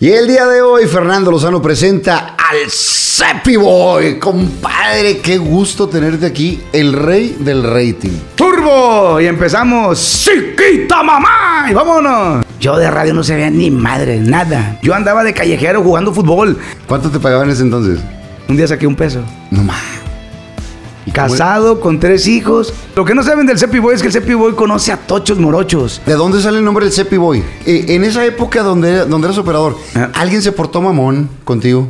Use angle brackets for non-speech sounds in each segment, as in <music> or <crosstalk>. Y el día de hoy, Fernando Lozano presenta al Sepi Boy. Compadre, qué gusto tenerte aquí, el rey del rating. ¡Turbo! Y empezamos. ¡Chiquita mamá! ¡Y vámonos! Yo de radio no sabía ni madre, nada. Yo andaba de callejero jugando fútbol. ¿Cuánto te pagaban en ese entonces? Un día saqué un peso. No más. Casado, con tres hijos. Lo que no saben del Cepi Boy es que el Cepi Boy conoce a tochos morochos. ¿De dónde sale el nombre del Sepi Boy? Eh, en esa época donde, donde eras operador, Ah. ¿alguien se portó mamón contigo?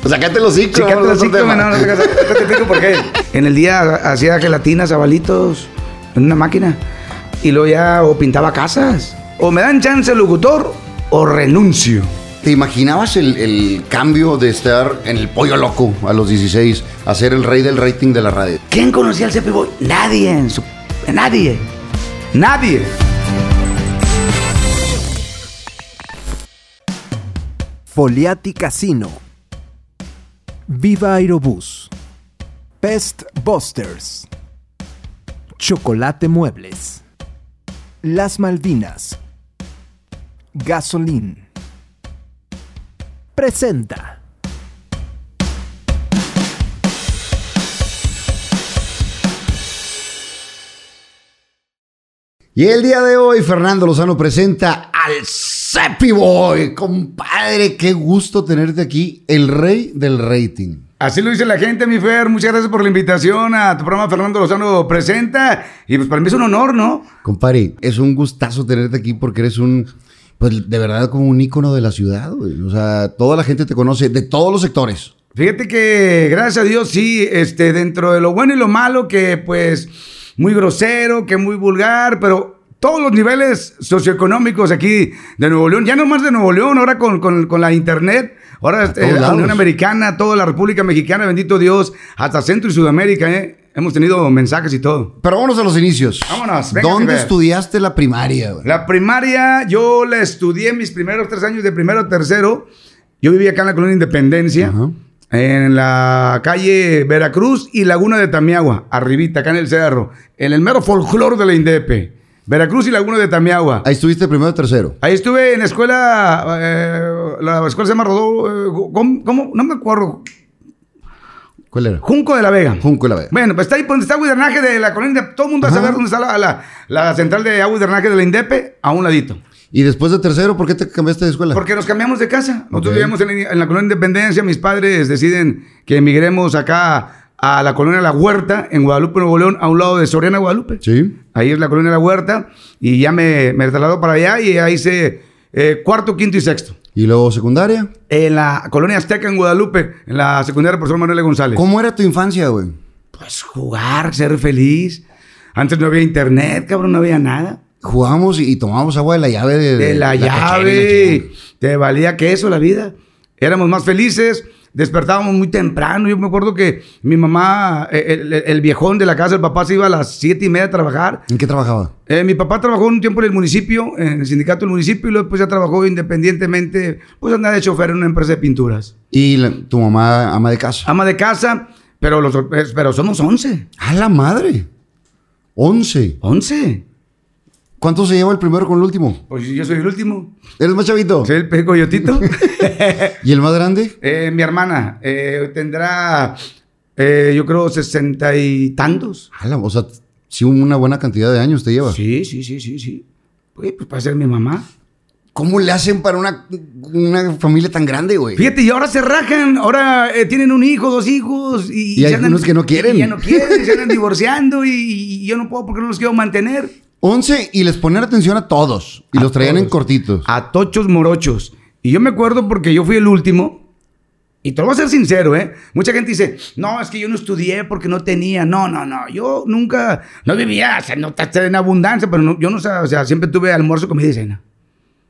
Pues sacate los hijos. Checate vámonos los a otro cinco, tema. no, no te <laughs> creas, ahorita te explico por qué. En el día hacía gelatinas, abalitos, en una máquina. Y luego ya o pintaba casas. O me dan chance el locutor o renuncio. ¿Te imaginabas el, el cambio de estar en el pollo loco a los 16 a ser el rey del rating de la radio? ¿Quién conocía al Cepi Boy? Nadie. en su- Nadie. Nadie. Poliati Casino. Viva Aerobús. Pest Busters. Chocolate Muebles. Las Malvinas. Gasolín. Presenta. Y el día de hoy, Fernando Lozano presenta al Sepi Boy. Compadre, qué gusto tenerte aquí, el rey del rating. Así lo dice la gente, mi Fer. Muchas gracias por la invitación a tu programa Fernando Lozano Presenta. Y pues para mí es un honor, ¿no? Compadre, es un gustazo tenerte aquí porque eres un, pues de verdad como un ícono de la ciudad, güey. O sea, toda la gente te conoce, de todos los sectores. Fíjate que, gracias a Dios, sí, este, dentro de lo bueno y lo malo, que pues muy grosero, que muy vulgar, pero todos los niveles socioeconómicos aquí de Nuevo León, ya no más de Nuevo León, ahora con, con- con la internet, ahora este, todos la lados. Unión Americana, toda la República Mexicana, bendito Dios, hasta Centro y Sudamérica, ¿eh? hemos tenido mensajes y todo. Pero vámonos a los inicios. Vámonos, venga, ¿Dónde River. estudiaste la primaria? güey? La primaria yo la estudié mis primeros tres años de primero a tercero. Yo vivía acá en la colonia Independencia, Ajá. en la calle Veracruz y Laguna de Tamiagua, arribita, acá en el cerro, en el mero folclor de la Indepe. Veracruz y Laguna de Tamiagua. Ahí estuviste primero y tercero. Ahí estuve en la escuela, eh, la escuela se llama Rodó, eh, ¿cómo, cómo? No me acuerdo, ¿Cuál era? Junco de la Vega. Junco y la Vega. Bueno, pues está ahí por donde está Agua y Drenaje de la colonia, Indepe. todo el mundo va a Ajá. saber dónde está la, la- la central de Agua y Drenaje de la Indepe, a un ladito. ¿Y después de tercero, por qué te cambiaste de <laughs> escuela? Porque nos cambiamos de casa. Nosotros Ok. vivíamos en, en la colonia Independencia. Mis padres deciden que emigremos acá a la colonia La Huerta, en Guadalupe, Nuevo León, a un lado de Soriana, Guadalupe. Sí. Ahí es la colonia La Huerta. Y ya me, me traslado para allá y ahí hice eh, cuarto, quinto y sexto. ¿Y luego secundaria? En la colonia Azteca, en Guadalupe, en la secundaria profesor Manuel González. ¿Cómo era tu infancia, güey? Pues jugar, ser feliz. Antes no había internet, cabrón, no había nada. Jugábamos y y tomábamos agua de la llave. De, de la llave. Te valía que eso la vida. Éramos más felices, despertábamos muy temprano. Yo me acuerdo que mi mamá, eh, el, el- el viejón de la casa, el papá se iba a las siete y media a trabajar. ¿En qué trabajaba? Eh, mi papá trabajó un tiempo en el municipio, en el sindicato del municipio, y luego después ya trabajó independientemente, pues andaba de chofer en una empresa de pinturas. Y la- tu mamá, ama de casa. Ama de casa, pero, los, pero somos once. ¡A la madre! ¡Once! ¿Once? ¿Cuánto se lleva el primero con el último? Pues yo soy el último. ¿Eres más chavito? Soy el pe- <laughs> coyotito. ¿Y el más grande? Eh, mi hermana eh, tendrá, eh, yo creo, sesenta y tantos. A la- o sea, sí, una buena cantidad de años te lleva. Sí, sí, sí, sí, sí. Güey, pues para ser mi mamá. ¿Cómo le hacen para una, una familia tan grande, güey? Fíjate, y ahora se rajan, ahora eh, tienen un hijo, dos hijos. Y, Y hay se unos que no quieren. Y ya no quieren, se andan divorciando y, y yo no puedo porque no los quiero mantener. Once y les ponían atención a todos. Y A los traían en todos. Ah, cortitos. A tochos morochos. Y yo me acuerdo porque yo fui el último. Y te lo voy a ser sincero, ¿eh? Mucha gente dice, no, es que yo no estudié porque no tenía. No, no, no. Yo nunca, no vivía, o sea, no estás en abundancia, pero no- yo no, sa- o sea, siempre tuve almuerzo, comida y cena.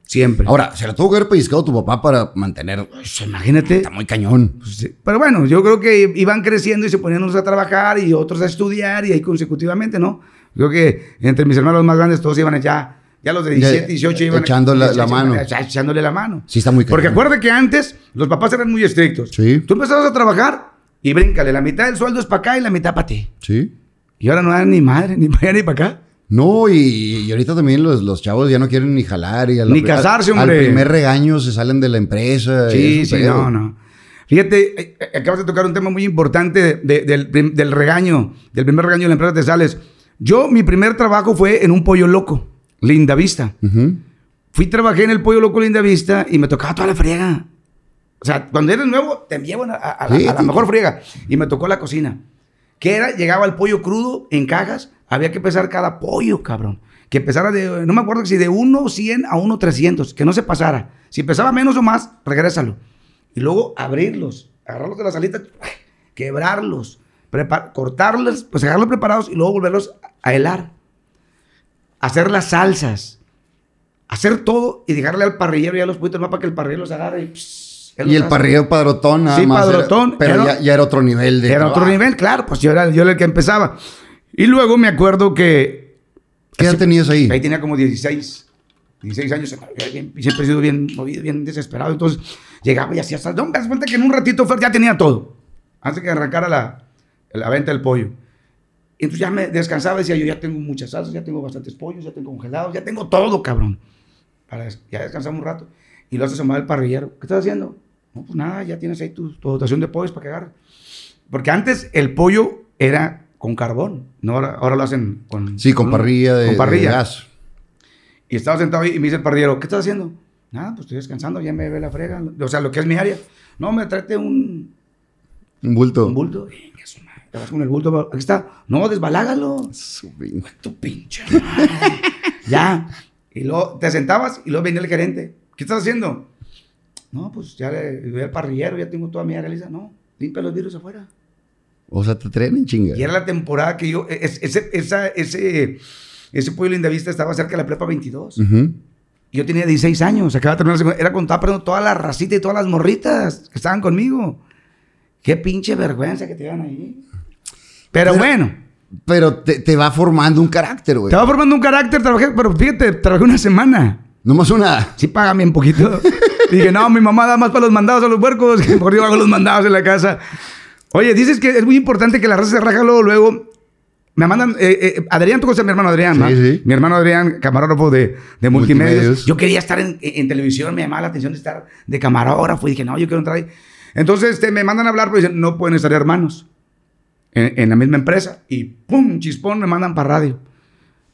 Siempre. Ahora, se la tuvo que haber pellizcado tu papá para mantener. Pues, imagínate. Está muy cañón. Pues, sí. Pero bueno, yo creo que iban creciendo y se ponían unos a trabajar y otros a estudiar y ahí consecutivamente, ¿no? Creo que entre mis hermanos más grandes todos iban allá. Ya los de Ya, 17, 18 iban echando la- la mano. iban allá Echándole la mano. Sí, está muy cañón. Porque acuérdate que antes los papás eran muy estrictos. Sí. Tú empezabas a trabajar y bríncale, la mitad del sueldo es para acá y la mitad para ti. Sí. Y ahora no dan <laughs> ni madre, ni para allá ni para acá. No, y, y ahorita también los, los chavos ya no quieren ni jalar. Y a la Ni pri- a- casarse, Al hombre. primer regaño se salen de la empresa. y Sí, es un sí, pedo. no, no. Fíjate, eh, eh, acabas de tocar un tema muy importante de- de- del, prim- del regaño, del primer regaño de la empresa te sales. Yo, mi primer trabajo fue en un pollo loco, Linda Vista. Ujú. Fui, trabajé en el pollo loco Linda Vista y me tocaba toda la friega. O sea, cuando eres nuevo, te llevan a, a- a la- Sí, a la sí. mejor friega. Y me tocó la cocina. Que era, llegaba el pollo crudo en cajas, había que pesar cada pollo, cabrón. Que pesara de, no me acuerdo si de 1.100 a 1.300, que no se pasara. Si pesaba menos o más, regrésalo. Y luego abrirlos, agarrarlos de las alitas, quebrarlos, prepa- cortarlos, pues dejarlos preparados y luego volverlos a helar. Hacer las salsas hacer todo y dejarle al parrillero ya los puestos más para que el parrillero los agarre y, pss, él Y los el hace. parrillero padrotón, nada Sí, más era- padrotón, pero era- ya, ya era otro nivel de. Era otro trabajo. nivel, claro, pues yo era, yo era el que empezaba. Y luego me acuerdo que ¿Qué edad tenías ahí? ahí tenía como 16, 16 años, era bien- siempre he sido bien movido, bien desesperado, entonces llegaba y hacía, sal- no, me das cuenta que en un ratito Fer, ya tenía todo, antes que arrancara la, la venta del pollo. Entonces ya me descansaba y decía, yo ya tengo muchas salsas, ya tengo bastantes pollos, ya tengo congelados, ya tengo todo, cabrón. Para des- ya descansamos un rato. Y lo hace asomar el parrillero. ¿Qué estás haciendo? No, pues nada, ya tienes ahí tu, tu dotación de pollos para que agarres. Porque antes el pollo era con carbón, no ahora, ahora lo hacen con... Sí, con parrilla de, con de parrilla. gas. Y estaba sentado ahí y me dice el parrillero, ¿qué estás haciendo? Nada, pues estoy descansando, ya me ve la frega. O sea, lo que es mi área. No, me trate un, Un bulto. un bulto. Venga, su madre. Te vas con el bulto. Aquí está. No, desbalágalo. Su pin- Tu pinche madre. <laughs> ya. Y luego te sentabas y luego venía el gerente. ¿Qué estás haciendo? No, pues ya le le doy al parrillero, ya tengo toda mi área lista. No, limpia los vidrios afuera. O sea, te traen en chinga. Y era la temporada que yo, e, es- ese, esa, ese, ese pollo linda vista estaba cerca de la prepa 22. Ujú. Yo tenía 16 años, acababa de terminar la secundaria. Era cuando estaba perdiendo toda la racita y todas las morritas que estaban conmigo. Qué pinche vergüenza que te iban ahí. Pero bueno, Pero te, te va formando un carácter, güey. te va formando un carácter, trabajé, pero fíjate, trabajé una semana. Nomás una. Sí, págame <laughs> un poquito. Dije, no, mi mamá da más para los mandados a los puercos, <laughs> que por yo hago los mandados en la casa. Oye, dices que es muy importante que la raza se raja luego, luego. Me mandan, eh, eh, Adrián, tú conoces a mi hermano Adrián, Sí, ¿va? sí. Mi hermano Adrián, camarógrafo de, de multimedios. Multimedios. Yo quería estar en, en televisión, me llamaba la atención de estar de camarógrafo y dije, no, yo quiero entrar ahí. Entonces este, me mandan a hablar, pero dicen, no pueden estar hermanos en, en la misma empresa. Y pum, chispón, me mandan para radio.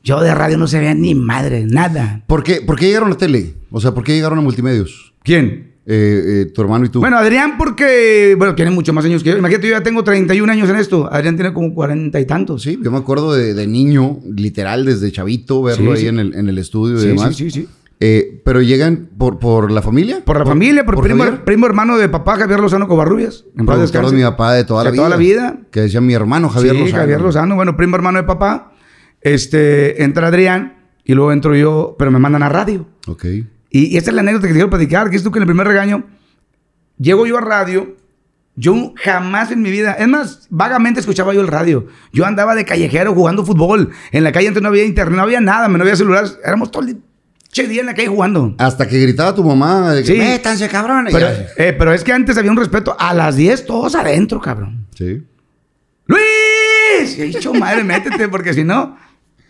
Yo de radio no se veía ni madre, nada. ¿Por qué, por qué llegaron a la tele? O sea, ¿por qué llegaron a multimedios? ¿Quién? Eh, eh, tu hermano y tú. Bueno, Adrián, porque, bueno, tiene mucho más años que yo. Imagínate, yo ya tengo 31 años en esto. Adrián tiene como cuarenta y tantos. Pues Sí, yo me acuerdo de, de niño, literal, desde chavito, verlo Sí, ahí sí. En, el, en el estudio y sí, sí, demás. sí, sí. Eh, pero llegan por, por la familia. Por la familia, por, primo, Javier? primo hermano de papá Javier Lozano Covarrubias. En Productor paz de descanse. mi papá de toda la De vida. toda la vida. Que decía mi hermano Javier sí, Lozano. Javier Lozano. Bueno, primo hermano de papá. Este, entra Adrián y luego entro yo, pero me mandan a radio. Ok. Y, y esta es la anécdota que te quiero platicar, que es tú que en el primer regaño, llego yo a radio, yo jamás en mi vida, es más, vagamente escuchaba yo el radio, yo andaba de callejero jugando fútbol, en la calle antes no había internet, no había nada, no había celulares, éramos todo el che día en la calle jugando. Hasta que gritaba tu mamá de que Sí. métanse, cabrón. y Pero, ya. eh, pero es que antes había un respeto, a las 10 todos adentro, cabrón. Sí. ¡Luis! Y he dicho, madre, métete, porque si no.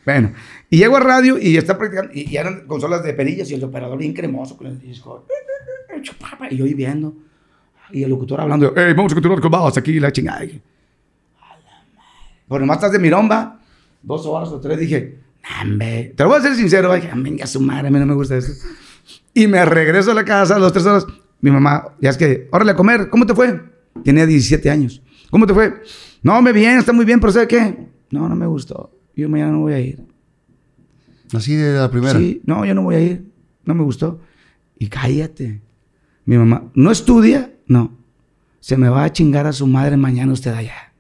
Bueno, y llego a radio y está practicando, y, y eran consolas de perillas y el operador bien cremoso con el disco. Chupapa, Y yo ahí viendo. Y el locutor hablando, hey, vamos a continuar con vamos aquí, la chingada. Y dije, "A la madre". Por nomás estás de miromba, dos horas o tres, dije, "Nambe". te lo voy a ser sincero, dije, "Ah, venga su madre, a mí no me gusta esto. Y me regreso a la casa a las tres horas. Mi mamá, ya es que, órale a comer, ¿cómo te fue? Tenía 17 años. ¿Cómo te fue? No, me bien, está muy bien, pero ¿sabes qué? No, no me gustó. Yo mañana no voy a ir. Así de la primera. Sí, no, yo no voy a ir. No me gustó. Y cállate. Mi mamá, ¿no estudia? No. Se me va a chingar a su madre mañana usted allá.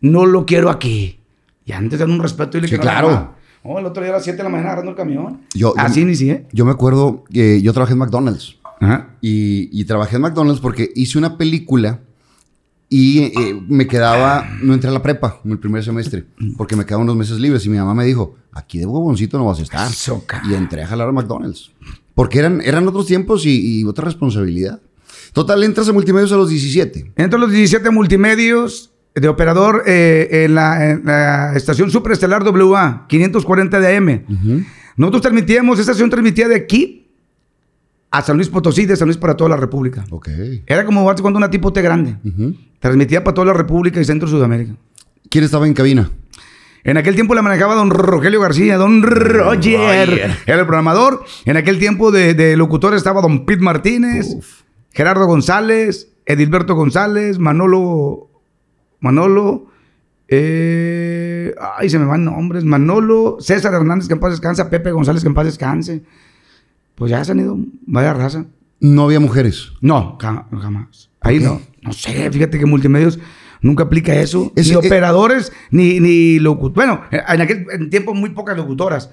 No lo quiero aquí. Y antes dan un respeto y le Sí, que no a la claro. mamá. Oh, el otro día a las 7 de la mañana agarrando el camión. Yo- yo- Así ni siquiera. Yo me acuerdo, eh, yo trabajé en McDonald's. Ajá. Y, y trabajé en McDonald's porque hice una película y eh, me quedaba, no entré a la prepa en el primer semestre, porque me quedaban unos meses libres y mi mamá me dijo, aquí de huevoncito no vas a estar. Eso, ca- Y entré a jalar a McDonald's, porque eran, eran otros tiempos y, y otra responsabilidad. Total, entras a multimedios a los 17. Entro a los 17 multimedios de operador eh, en, la, en la estación superestelar WA, 540 de AM. Nosotros transmitíamos, esa estación transmitía de aquí a San Luis Potosí, de San Luis para toda la República. Ok. Era como hazte cuando una tipo T grande. Ujú. Transmitía para toda la República y Centro Sudamérica. ¿Quién estaba en cabina? En aquel tiempo la manejaba don Rogelio García, don Roger, era el programador. En aquel tiempo de, de locutor estaba don Pete Martínez, Gerardo González, Edilberto González, Manolo, Manolo, eh, ay, se me van nombres, Manolo, César Hernández, que en paz descansa, Pepe González, que en paz descanse. Pues ya se han ido, vaya raza. No había mujeres. No, ja- jamás. Ahí qué? no. No sé, fíjate que multimedios nunca aplica eso. Es- ni eh, operadores, ni, ni locutoras. Bueno, en aquel en tiempo muy pocas locutoras.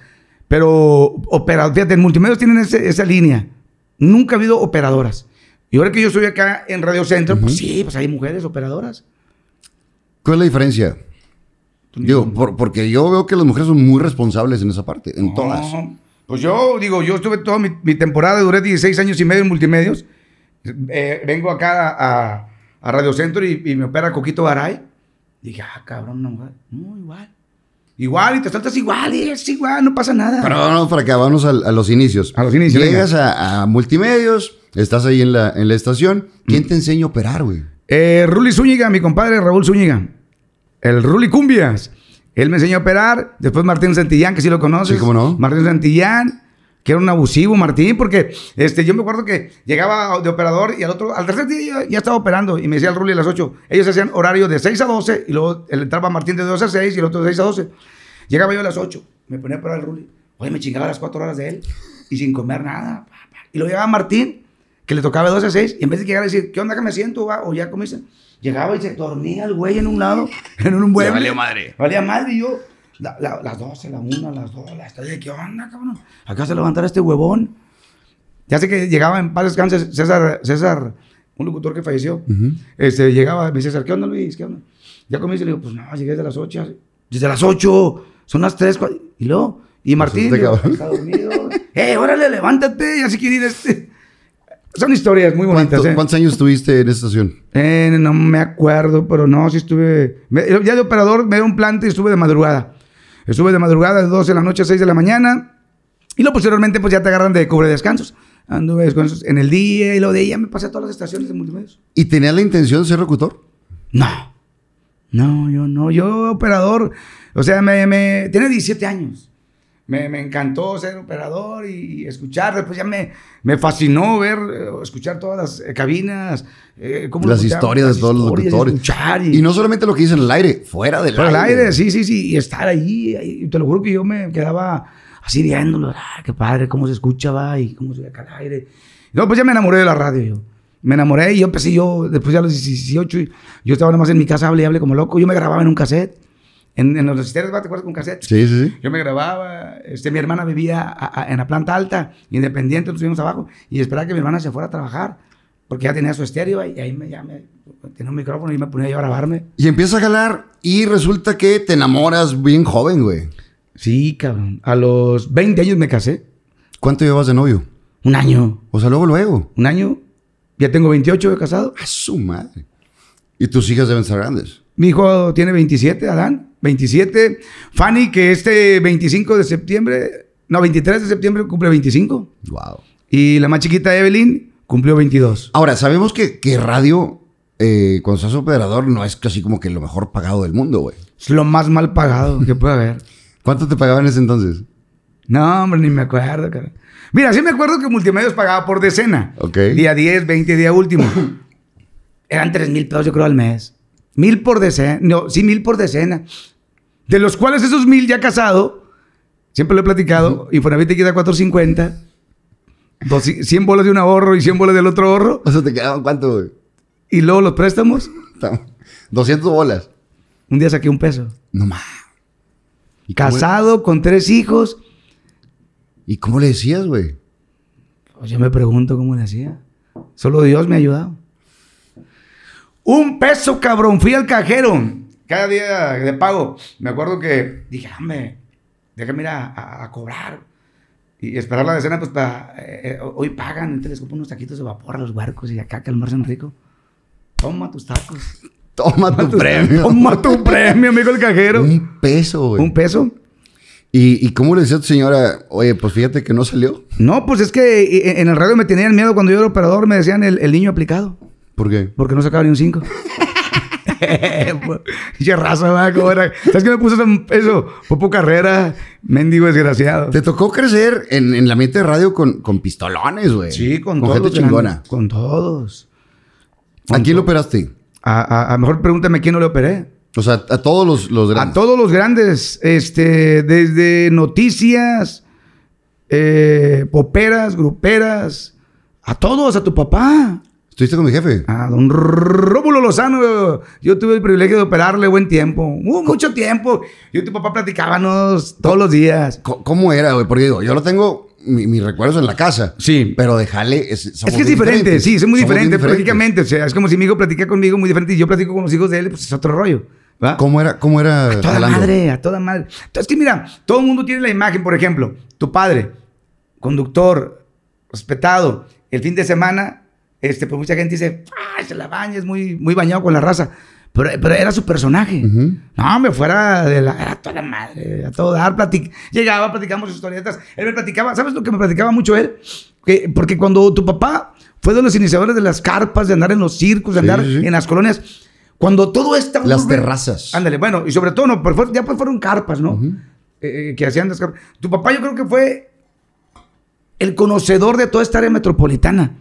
Pero operadores, fíjate, en multimedios tienen ese- esa línea. Nunca ha habido operadoras. Y ahora que yo estoy acá en Radio Centro, pues sí, pues hay mujeres operadoras. ¿Cuál es la diferencia? Digo, por- porque yo veo que las mujeres son muy responsables en esa parte, en todas. No, Pues yo digo, yo estuve toda mi, mi temporada, duré 16 años y medio en multimedios. Eh, vengo acá a, a- a Radio Centro y, y me opera Coquito Garay. Dije, ah, cabrón, no, mujer. no, igual. Igual, y te saltas igual, y es igual, no pasa nada. Pero vamos para acá, vamos al- a, los inicios. A los inicios, Llegas a, a multimedios, estás ahí en la, en la estación. ¿Quién te enseña a operar, güey? Eh, Ruli Zúñiga, mi compadre Raúl Zúñiga. El Ruli Cumbias. Él me enseñó a operar. Después Martín Santillán, que sí lo conoces. Sí, cómo no. Martín Santillán, que era un abusivo, Martín, porque este, yo me acuerdo que llegaba de operador y al otro, al tercer día ya, ya estaba operando. Y me decía el Ruli a las 8. Ellos hacían horario de 6 a 12 y luego él entraba Martín de 2 a 6 y el otro de 6 a 12. Llegaba yo a las 8, me ponía a operar el Ruli. Oye, me chingaba las 4 horas de él y sin comer nada. pa, pa. Y luego llegaba Martín que le tocaba de 12 a 6, y en vez de llegar a decir, ¿qué onda que me siento? va? O ya comiste. Llegaba y se dormía el güey en un lado, <laughs> en un mueble. valía madre. Valía madre, y yo, la- la- las 12, la 1, las 2, las 3, ¿qué onda, cabrón? Acá se levantará este huevón. Ya sé que llegaba en paz descanse César, César, un locutor que falleció. este, llegaba, me dice, César, ¿qué onda, Luis? ¿Qué onda? Ya comiste, le digo, pues no, llegué desde las 8. Desde las 8, son las 3, y luego, y Martín, Pues, digo, este cabrón. está dormido. ¡Eh, órale, levántate! Ya se quiere ir este. <laughs> Son historias muy bonitas. ¿Cuánto- ¿eh? ¿Cuántos años tuviste en esa estación? Eh, no me acuerdo, pero no, sí estuve. me- ya de operador me dio un plante y estuve de madrugada. Estuve de madrugada de 12 de la noche a 6 de la mañana. Y luego posteriormente, pues ya te agarran de cubre descansos. Anduve descansos en el día y lo de ella me pasé a todas las estaciones de multimedios. ¿Y tenías la intención de ser locutor? No. No, yo no. Yo, operador, o sea, me, me tiene 17 años. Me, me encantó ser operador y escuchar. Después ya me, me fascinó ver, eh, escuchar todas las eh, cabinas. eh, cómo Las escuchaban, historias las de todos los historias, locutores. escuchar y, Y no solamente lo que dicen en el aire, fuera del por el aire. aire, sí, sí, sí. Y estar ahí. ahí, te lo juro que yo me quedaba así viéndolo. Ah, qué padre, cómo se escucha, va, y cómo se ve acá al aire. No, pues ya me enamoré de la radio yo. Me enamoré y yo empecé yo, después ya a los 18, y yo estaba nomás en mi casa, hablé y hablé como loco. Yo me grababa en un cassette. En, en los resisteres, ¿va? ¿te acuerdas con cassette? Sí, sí, sí. Yo me grababa, este, mi hermana vivía a- a- en la planta alta, independiente, nos subimos abajo, y esperaba que mi hermana se fuera a trabajar, porque ya tenía su estéreo, y ahí me, ya me- tenía un micrófono y me ponía yo a grabarme. Y empiezas a jalar y resulta que te enamoras bien joven, güey. Sí, cabrón. A los 20 años me casé. ¿Cuánto llevas de novio? Un año. O sea, luego, luego. Un año. Ya tengo 28 de casado. A su madre. Y tus hijas deben ser grandes. Mi hijo tiene 27, Adán. 27. Fanny, que este 25 de septiembre, no, 23 de septiembre cumple 25. Wow. Y la más chiquita, Evelyn, cumplió 22. Ahora, sabemos que, que radio, eh, cuando seas operador, no es casi como que lo mejor pagado del mundo, güey. Es lo más mal pagado que puede haber. ¿Cuánto te pagaban en ese entonces? No, hombre, ni me acuerdo, cara. Mira, sí me acuerdo que Multimedios pagaba por decena. Ok. Día 10, 20, día <laughs> último. Eran 3 mil pesos, yo creo, al mes. Mil por decena. No, sí, mil por decena. De los cuales esos mil ya casado, siempre lo he platicado, Infonavit te quita 450, dos- 100 bolas de un ahorro y 100 bolas del otro ahorro, O sea, ¿te quedaban cuánto, güey? y luego los préstamos, Tam- 200 bolas. un día saqué un peso. No más. ¿Y cómo- Casado, con tres hijos. ¿Y cómo le decías, güey? Pues yo me pregunto cómo le hacía. Solo Dios me ha ayudado. Un peso, cabrón. Fui al cajero. Cada día de pago. Me acuerdo que dije, hombre, déjame ir a, a- a cobrar. Y esperar la decena, pues para. eh, eh, hoy pagan. Entonces les compro unos taquitos de vapor a los barcos y acá que almuercen rico. Toma tus tacos. <laughs> Toma tu premio. <laughs> Toma tu premio, amigo el cajero. Un peso, güey. ¿Un peso? ¿Y, ¿Y cómo le decía a tu señora, oye, pues fíjate que no salió? No, pues es que eh, en el radio me tenían miedo cuando yo era operador, me decían el, el niño aplicado, ¿Por qué? porque no sacaba ni un 5. <laughs> Pinche raza, va, cómo era. ¿Sabes qué me puso esa- eso? Popo Carrera, mendigo desgraciado. Te tocó crecer en, en la ambiente de radio con, con pistolones, güey. Sí, con, Con todos. gente eran- chingona. Con todos. ¿A quién lo operaste? A, a- a mejor pregúntame quién no le operé. O sea, a todos los, los A grandes. todos los grandes, este, desde noticias, eh, poperas, gruperas, a todos, a tu papá. ¿Estuviste con mi jefe? A Ah, don Rómulo Lozano, yo tuve el privilegio de operarle buen tiempo, mu- mucho tiempo. Yo y tu papá platicábamos todos los días. Co- ¿Cómo era, güey? Porque digo, yo lo tengo, mi- mis recuerdos en la casa. Sí. Pero dejarle... Es que es diferente, sí, es muy diferente, prácticamente. O sea, es como si mi hijo platica conmigo muy diferente y yo platico con los hijos de él, pues es otro rollo. ¿verdad? ¿Cómo era? ¿Cómo era? A toda jalando? madre, a toda madre. Entonces, que mira, todo el mundo tiene la imagen, por ejemplo, tu padre, conductor, respetado, el fin de semana, este, pues mucha gente dice, ay, se la baña, es muy, muy bañado con la raza. Pero, pero era su personaje. Ujú. No, me fuera de la... Era toda madre, a todo dar. platic- Llegaba, platicamos sus historietas. Él me platicaba, ¿sabes lo que me platicaba mucho él? Que, porque cuando tu papá fue de los iniciadores de las carpas, de andar en los circos, de Sí, andar sí, sí. en las colonias, cuando todo estaba... Las terrazas. Ándale, bueno, y sobre todo, no, pero fue- ya pues fueron carpas, ¿no? Eh, eh, que hacían las carpas. Tu papá yo creo que fue el conocedor de toda esta área metropolitana.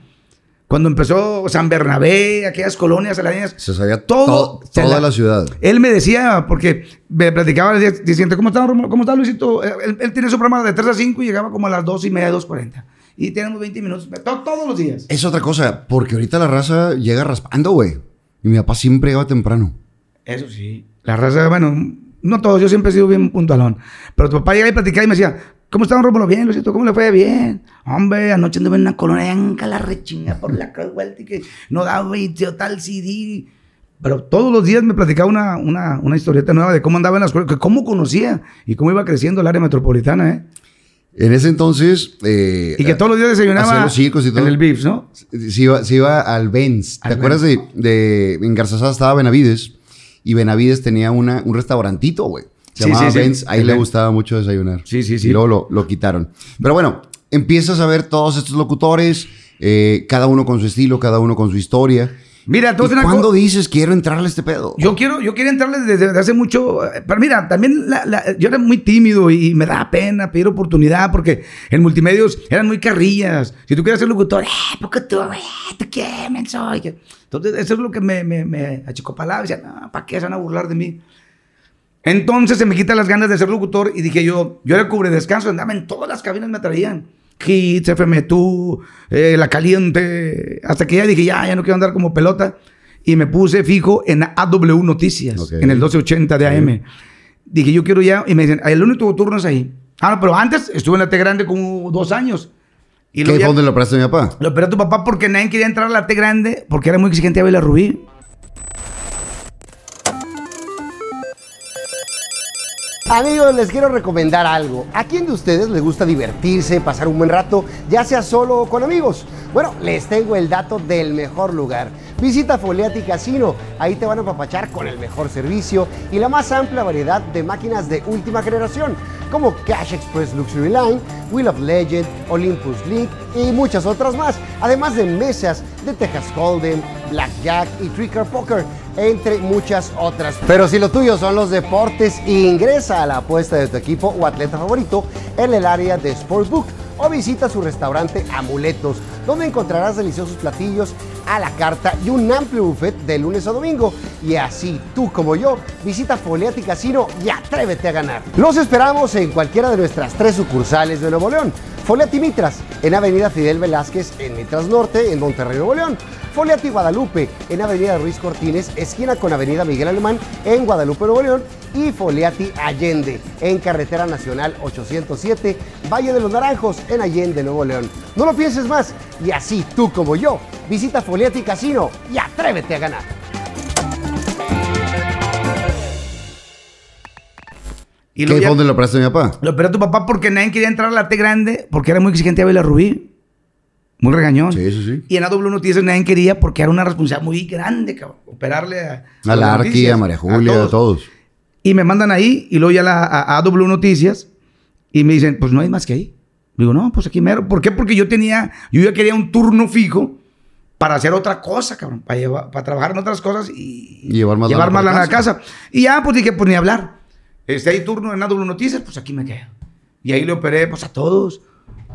Cuando empezó San Bernabé, aquellas colonias aladeñas. Se sabía Todo- todo, se toda la- la, ciudad. Él me decía, porque me platicaba el día siguiente, ¿cómo está, Romulo? ¿Cómo está Luisito? Eh, Él, él tiene su programa de 3 a 5 y llegaba como a las 2 y media, 2.40. Y tenemos 20 minutos, to- todos los días. Es otra cosa, porque ahorita la raza llega raspando, güey. Y mi papá siempre llegaba temprano. Eso sí. La raza, bueno, no todos, yo siempre he sido bien puntualón. Pero tu papá llegaba y platicaba y me decía, ¿cómo está, don Rómulo? Bien, Luisito, ¿cómo le fue? Bien. Hombre, anoche anduve en una colonia en la rechinga por la Cruz Vuelta y que no daba y tío, tal CD. Pero todos los días me platicaba una, una, una historieta nueva de cómo andaba en la escuela, que cómo conocía y cómo iba creciendo el área metropolitana, ¿eh? En ese entonces. eh, Y que todos los días Hacía desayunaba los circos y todo. en el VIPS, ¿no? se iba, se iba al Benz. ¿Te Al acuerdas de, de. En Garzazada estaba Benavides. Y Benavides tenía una, un restaurantito, güey. Se Sí, llamaba sí, sí. Benz. Ahí El le Benz. gustaba mucho desayunar. Sí, sí, sí. Y luego lo, lo quitaron. Pero bueno, empiezas a ver todos estos locutores. eh, cada uno con su estilo, cada uno con su historia. ¿Y Mira, entonces una ¿Cuándo co- dices quiero entrarle a este pedo? Yo quiero, yo quería entrarles desde, desde hace mucho, eh, pero mira, también la- la- yo era muy tímido y, me daba pena pedir oportunidad porque en multimedios eran muy carrillas. Si tú quieres ser locutor, eh, porque tú, eh, tú qué, menso. Y que- Entonces, eso es lo que me, me, me achicopalaba. Decía, no, ¿para qué se van a burlar de mí? Entonces se me quitan las ganas de ser locutor y dije yo, yo era cubre descanso, andaba en todas las cabinas, me traían. Hits, FM Tú, eh, La Caliente, hasta que ya dije, ya, ya no quiero andar como pelota. Y me puse fijo en AW Noticias, Ok. en el 1280 de AM. Dije, yo quiero ya, y me dicen, el único turno es ahí. Ah, no, pero antes estuve en la T Grande como dos años. Y ¿Qué luego fue ya- donde lo operaste a mi papá? lo operó tu papá porque nadie quería entrar a la T grande porque era muy exigente a Bela Rubí. Amigos, les quiero recomendar algo. ¿A quién de ustedes le gusta divertirse, pasar un buen rato, ya sea solo o con amigos? Bueno, les tengo el dato del mejor lugar. Visita Foliati Casino. Ahí te van a papachar con el mejor servicio y la más amplia variedad de máquinas de última generación, como Cash Express Luxury Line, Wheel of Legend, Olympus League y muchas otras más. Además de mesas de Texas Hold'em, Blackjack y Trick or Poker entre muchas otras. Pero si lo tuyo son los deportes, ingresa a la apuesta de tu equipo o atleta favorito en el área de Sportsbook o visita su restaurante Amuletos, donde encontrarás deliciosos platillos a la carta y un amplio buffet de lunes a domingo. Y así tú como yo, visita Foliati Casino y atrévete a ganar. Los esperamos en cualquiera de nuestras tres sucursales de Nuevo León. Foliati Mitras, en Avenida Fidel Velázquez, en Mitras Norte, en Monterrey, Nuevo León. Foliati Guadalupe, en Avenida Ruiz Cortines, esquina con Avenida Miguel Alemán, en Guadalupe, Nuevo León. Y Foliati Allende, en Carretera Nacional 807, Valle de los Naranjos, en Allende, Nuevo León. No lo pienses más, y así tú como yo, visita Foliati Casino y atrévete a ganar. Y ¿Qué luego fue ya- donde lo operaste a mi papá? Lo operó tu papá porque nadie quería entrar a la T grande porque era muy exigente a Bela Rubí. Muy regañón. Sí, sí, sí. Y en la W Noticias nadie quería porque era una responsabilidad muy grande, cabrón. Operarle a. A la W Arqui, Noticias, a María Julia, a todos. Y me mandan ahí y luego ya la, a, a AW Noticias y me dicen, pues no hay más que ahí. Digo, no, pues aquí mero. ¿Por qué? Porque yo tenía, yo ya quería un turno fijo para hacer otra cosa, cabrón, para, llevar- para trabajar en otras cosas y Y llevar más lana para lana a casa. Y ya, pues dije, pues ni hablar. Este, hay turno en AW Noticias, pues aquí me quedo. Y ahí le operé, pues a todos.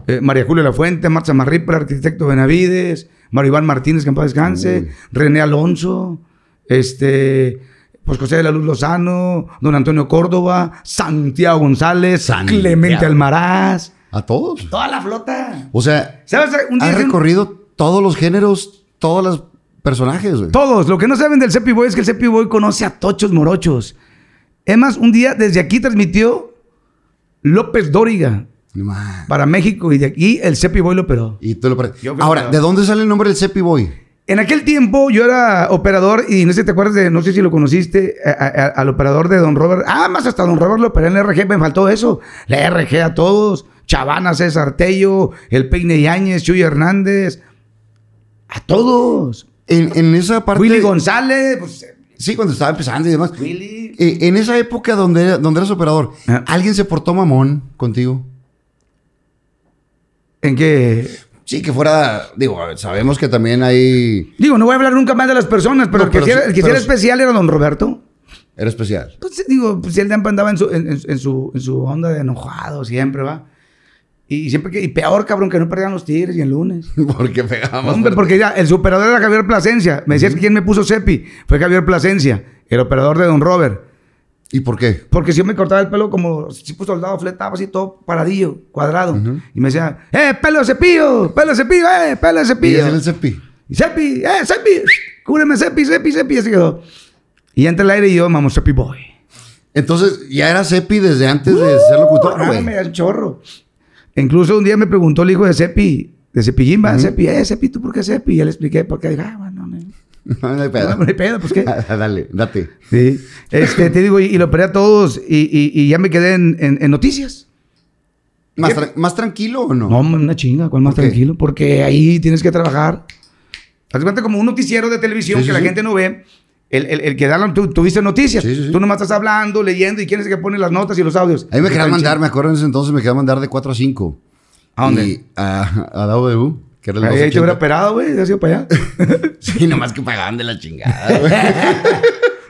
Eh, María Julia La Fuente, Marta Marripla, arquitecto Benavides, Mario Iván Martínez, que en paz descanse, René Alonso, este, pues José de la Luz Lozano, Don Antonio Córdoba, Santiago González, Santiago. Clemente Almaraz, A todos. toda la flota. O sea, ¿Sabes? Un día has hice un- recorrido todos los géneros, todos los personajes, güey. Todos, lo que no saben del Cepi Boy es que el Cepi Boy conoce a tochos morochos. Es más, un día desde aquí transmitió López Dóriga No mames. para México y de aquí el Cepi Boy lo operó. Y tú lo pare- Yo creo Ahora, que- ¿de dónde sale el nombre del Cepi Boy? En aquel tiempo yo era operador y no sé si te acuerdas de, no sé si lo conociste, a- a- a- al operador de Don Robert. Ah, más hasta Don Robert lo operé en la RG, me faltó eso. La RG a todos, Chavana, César Tello, El Peine Yáñez, Chuy Hernández, a todos. En, en esa parte. Willy González, pues, Sí, cuando estaba empezando y demás. Willy. Eh, en esa época donde, donde eras operador, Ah. ¿alguien se portó mamón contigo? ¿En qué? Sí, que fuera. Digo, sabemos que también hay. Digo, no voy a hablar nunca más de las personas, pero, No, el que pero sí era- sí, el que sí pero era sí. especial era don Roberto. Era especial. <laughs> Pues digo, pues el Dampa andaba en su, en, en- en su, en su onda de enojado siempre, ¿va? Y siempre que, y peor, cabrón, que no perdían los tigres y el lunes. Porque pegábamos. Hombre, porque ya, el superador era Javier Plasencia. Me decías que quién me puso Cepi. Fue Javier Plasencia, el operador de Don Robert. ¿Y por qué? Porque si yo me cortaba el pelo como si puso soldado, fletaba así todo paradillo, cuadrado. Y me decía, ¡eh, pelo de cepillo! ¡Pelo de cepillo! ¡Eh, pelo de ¿Y cepillo! es el Cepi? Y Sepi, eh, Sepi, cúbreme, Sepi, Sepi, Sepi. Y así quedó. Y entra el aire y yo, vamos, Sepi Boy. Entonces, ya era Cepi desde antes de ser locutor, Ah, güey. me da un chorro. Incluso un día me preguntó el hijo de Sepi, de Cepillín, va, Sepi, eh, Sepi, ¿tú por qué Sepi? Y ya le expliqué por qué. Dije, ah, bueno, no, <laughs> no, No hay pedo. no hay pedo, pues <laughs> qué. Dale, date. Sí. <laughs> Este, te digo, y, y lo operé a todos y, y- y ya me quedé en, en- en noticias. ¿Más, ¿Qué? tra- más tranquilo o no? No, una chinga, cuál más ¿Por qué? tranquilo, porque ahí tienes que trabajar. Haz de cuenta como un noticiero de televisión Sí, sí, que la sí. gente no ve. El, el, el que da la, tú, tú viste noticias. Sí, sí, sí. Tú nomás estás hablando, leyendo y quién es el que pone las notas y los audios. A mí me querían Está mandar, chido. me acuerdo en ese entonces, me querían mandar de 4 a 5. ¿A dónde? Y a, a W, que era el Ahí, ahí te 280. hubiera operado, güey. Te has <laughs> ido para allá. Sí, nomás que pagaban de la chingada, güey.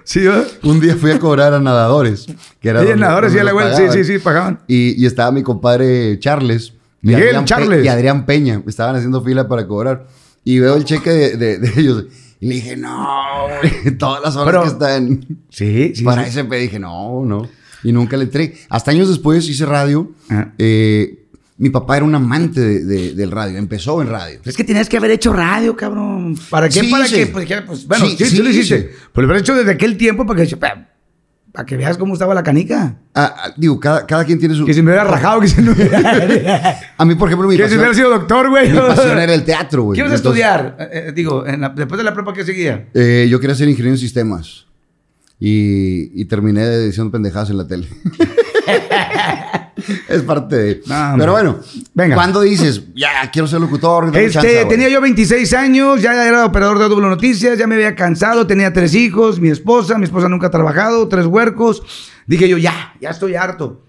sí, ¿verdad? Un día fui a cobrar a nadadores. Que era Sí, donde- nadadores, donde nos sí, la güey, pagaban. sí, sí, sí, pagaban. Y, y estaba mi compadre Charles. y Miguel Adrián Pe- Charles. y Adrián Peña. Estaban haciendo fila para cobrar. Y veo el cheque de, de- de ellos. Y le dije, no, güey, <laughs> todas las horas Pero- que están. Sí, sí. para sí. ese pe dije, no, no. Y nunca le entré. Hasta años después hice radio. Ajá. Eh, mi papá era un amante de- de- del radio. Empezó en radio. Pues Es que tenías que haber hecho radio, cabrón. ¿Para qué? Sí ¿Para hice. qué? Pues, que- pues, bueno, Sí, sí, sí sí, lo hiciste. hice. Pues lo hubiera hecho desde aquel tiempo para que, para, para que veas cómo estaba la canica. Ah, ah, digo, cada, cada quien tiene su. Que si me hubiera rajado, que si no <laughs> hubiera... A mí, por ejemplo, mi Que si pasión, hubiera sido doctor, güey. mi pasión era el teatro, güey. ¿Qué ibas a Entonces, estudiar? Eh, eh, digo, en la- después de la prepa, ¿qué seguía? Eh, yo quería ser ingeniero en sistemas. Y, y terminé diciendo pendejadas en la tele. <laughs> es parte de. No, hombre. Pero bueno, Venga. cuando dices, ya quiero ser locutor, dame Este, chance, güey"? tenía yo 26 años, ya era operador de doble noticias, ya me había cansado, tenía tres hijos, mi esposa, mi esposa nunca ha trabajado, tres huercos. Dije yo, ya, ya estoy harto.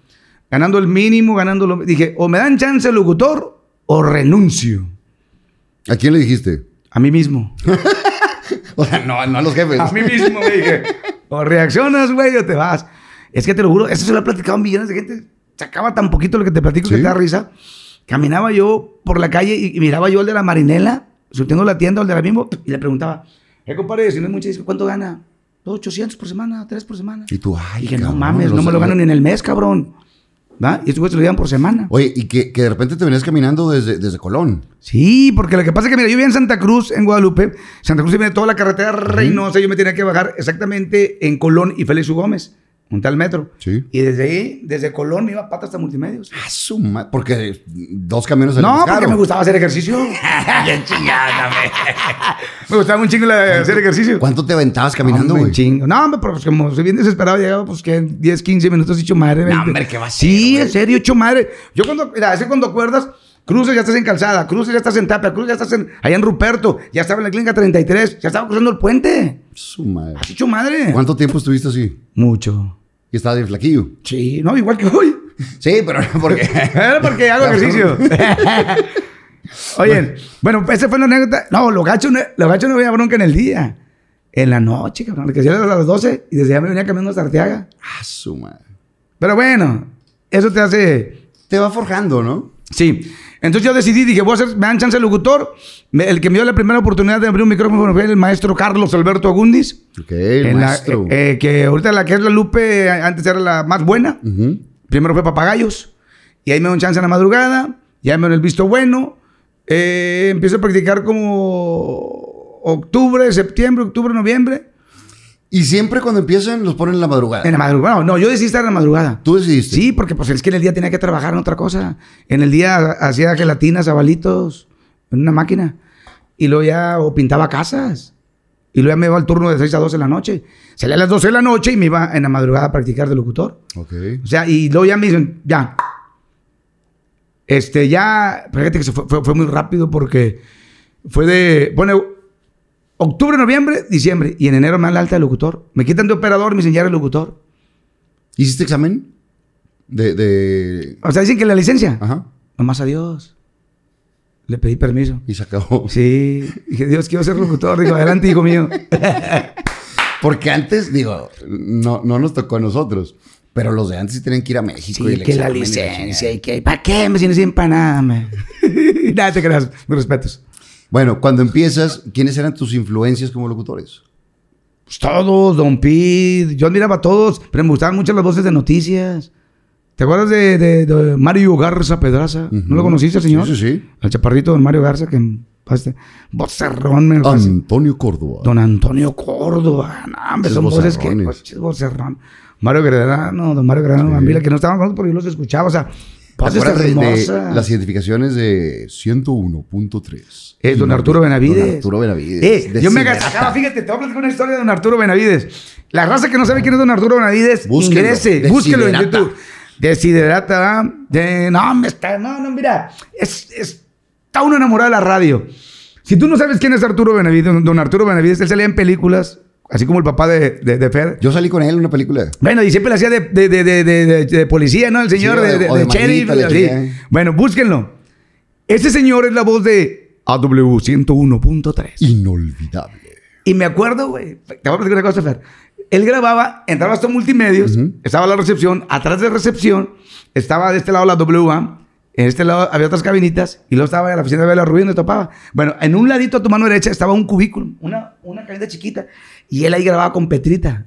Ganando el mínimo, ganando lo... Dije, o me dan chance el locutor o renuncio ¿A quién le dijiste? <laughs> a mí mismo. O sea, no, no a los jefes. A mí mismo me dije, o reaccionas, güey, o te vas. Es que te lo juro, eso se lo ha platicado a millones de gente. Sacaba tan poquito lo que te platico que Sí. te da risa. Caminaba yo por la calle y, y miraba yo al de la marinela, surtiendo la tienda, al de la mismo, y le preguntaba, eh, compadre, si no es mucha disco, ¿cuánto gana? "No, 800 por semana, 3 por semana. Y tú, ay, dije, cabrón, no mames, los- no me lo gano ni en el mes, cabrón. ¿Va? Y estos güeyes se lo llevan por semana. Oye, y que, que de repente te venías caminando desde, desde Colón. Sí, porque lo que pasa es que, mira, yo vivía en Santa Cruz, en Guadalupe. Santa Cruz se viene toda la carretera Reynosa. Yo me tenía que bajar exactamente en Colón y Félix U. Gómez. Monté al metro. Sí. Y desde ahí, desde Colón, me iba a patas hasta multimedios. Ah, su ma- Porque dos camiones salen No, más porque caro. me gustaba hacer ejercicio. <laughs> me gustaba un chingo la- hacer ejercicio. ¿Cuánto te aventabas caminando, Hombre, güey? un chingo. No, hombre, pero pues como soy bien desesperado, llegaba pues que en 10, 15 minutos hecho madre. No, hombre, ¿qué va a ser? Sí, en serio, hecho madre. Yo cuando, mira, ese cuando acuerdas, Cruces ya estás en Calzada, Cruces ya estás en Tapia, Cruces ya estás en, allá en Ruperto, ya estaba en la clínica 33, ya estaba cruzando el puente. Su madre. Has hecho madre. ¿Cuánto tiempo estuviste así? Mucho. Y estaba bien flaquillo. Sí, no, igual que hoy. Sí, pero no <laughs> porque. Era <laughs> porque hago ejercicio. <laughs> Oye, bueno, esa fue la anécdota. No, lo gacho no, lo gacho no había bronca en el día. En la noche, cabrón. Que era a las 12 y desde allá me venía caminando hasta Arteaga. ah, su madre. Pero bueno, eso te hace Te va forjando, ¿no? Sí. Entonces yo decidí, dije, voy a hacer, me dan chance de locutor. Me- el que me dio la primera oportunidad de abrir un micrófono fue el maestro Carlos Alberto Agundis. Ok, el En la- maestro. eh, eh, que ahorita la que es la Lupe, eh, antes era la más buena. Ujú. Primero fue Papagayos. Y ahí me dieron chance en la madrugada. Ya me dieron el visto bueno. Eh, empiezo a practicar como octubre, septiembre, octubre, noviembre. Y siempre cuando empiezan los ponen en la madrugada. En la madrugada. No, yo decidí estar en la madrugada. Tú decidiste. Sí, porque pues es que en el día tenía que trabajar en otra cosa. En el día hacía gelatinas, abalitos, en una máquina. Y luego ya o pintaba casas. Y luego ya me iba al turno de 6 a 12 de la noche. Salía a las 12 de la noche y me iba en la madrugada a practicar de locutor. Ok. O sea, y luego ya me dicen, ya. Este, ya, fíjate que se fue, fue- fue muy rápido porque fue de, bueno, octubre, noviembre, diciembre. Y en enero me dan la alta de locutor. Me quitan de operador, me dicen, ya eres locutor. ¿Hiciste examen? De. de... O sea, dicen que la licencia. Ajá. Nomás a Dios. Le pedí permiso. Y se acabó. Sí, dije, Dios, quiero ser locutor. Digo, adelante, hijo mío. Porque antes, digo, no, no nos tocó a nosotros. Pero los de antes <laughs> sí tenían que ir a México. Sí, el que la examen y licencia chingada. y que, ¿para qué me tienes para nada, me? <laughs> nada, te creas, mis respetos. Bueno, cuando empiezas, ¿quiénes eran tus influencias como locutores? Pues todos, Don Pete, yo admiraba a todos, pero me gustaban mucho las voces de noticias. ¿Te acuerdas de, de- de Mario Garza Pedraza? ¿No lo Ujú. conociste, señor? Sí, sí, sí. El chaparrito don Mario Garza, que paste, vocerrón, me fascina. Antonio Córdoba. pues, Don Antonio Córdoba. No, hombre, Esos son voces que. vocerrones. pues, chis, vocerrón. Mario Guerrero, don Mario Guerrero, Mambila, que no estaban hablando porque yo los escuchaba. O sea, ¿Te voces acuerdas de- de hermosas. las identificaciones de 101.3? Eh, don Arturo Benavides. Don Arturo Benavides. Eh, De yo me Ciberata. agasajaba, fíjate, te voy a platicar una historia de don Arturo Benavides. La raza que no sabe quién es don Arturo Benavides, Búsquenlo, ingrese, búsquelo en Desiderata. YouTube. Desiderata, ¿verdad? de, no, hombre, está, no, no, mira, es, es- está uno enamorado de la radio. Si tú no sabes quién es Arturo Benavides, don- don Arturo Benavides, él salía en películas, así como el papá de, de, de Fer. Yo salí con él en una película. Bueno, y siempre le hacía de, de- de- de- de- de- de policía, ¿no? El señor Sí, o de, de- de- o de de sheriff. manita, la sí. chingada. Bueno, búsquenlo. Ese señor es la voz de AW101.3. Inolvidable. Y me acuerdo, güey, te voy a platicar una cosa, Fer. Él grababa, entraba hasta multimedios, Ujú. estaba la recepción, atrás de recepción estaba de este lado la WA, en este lado había otras cabinitas, y luego estaba la oficina de Vela Rubí donde topaba. Bueno, en un ladito a tu mano derecha estaba un cubículo, una, una cabina chiquita, y él ahí grababa con Petrita,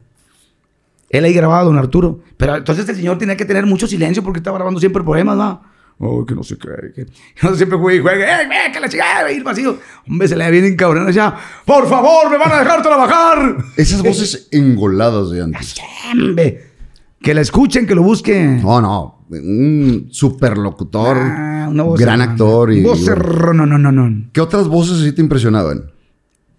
él ahí grababa a don Arturo. Pero entonces el señor tenía que tener mucho silencio porque estaba grabando siempre poemas, ¿no? Oh, que no sé qué. Que... <laughs> No siempre juega y juega. ¡Eh, ve, que la chingada! ir vacío. Hombre, se le viene encabronado ya. ¡Por favor, me van a dejar trabajar! <laughs> <laughs> Esas voces engoladas de antes. ¡Hombre! Que la escuchen, que lo busquen. No, no. Un superlocutor. Ah, una voz gran hermana. actor. Y, Voz herro- no, no, no, no. ¿Qué otras voces sí te impresionaban?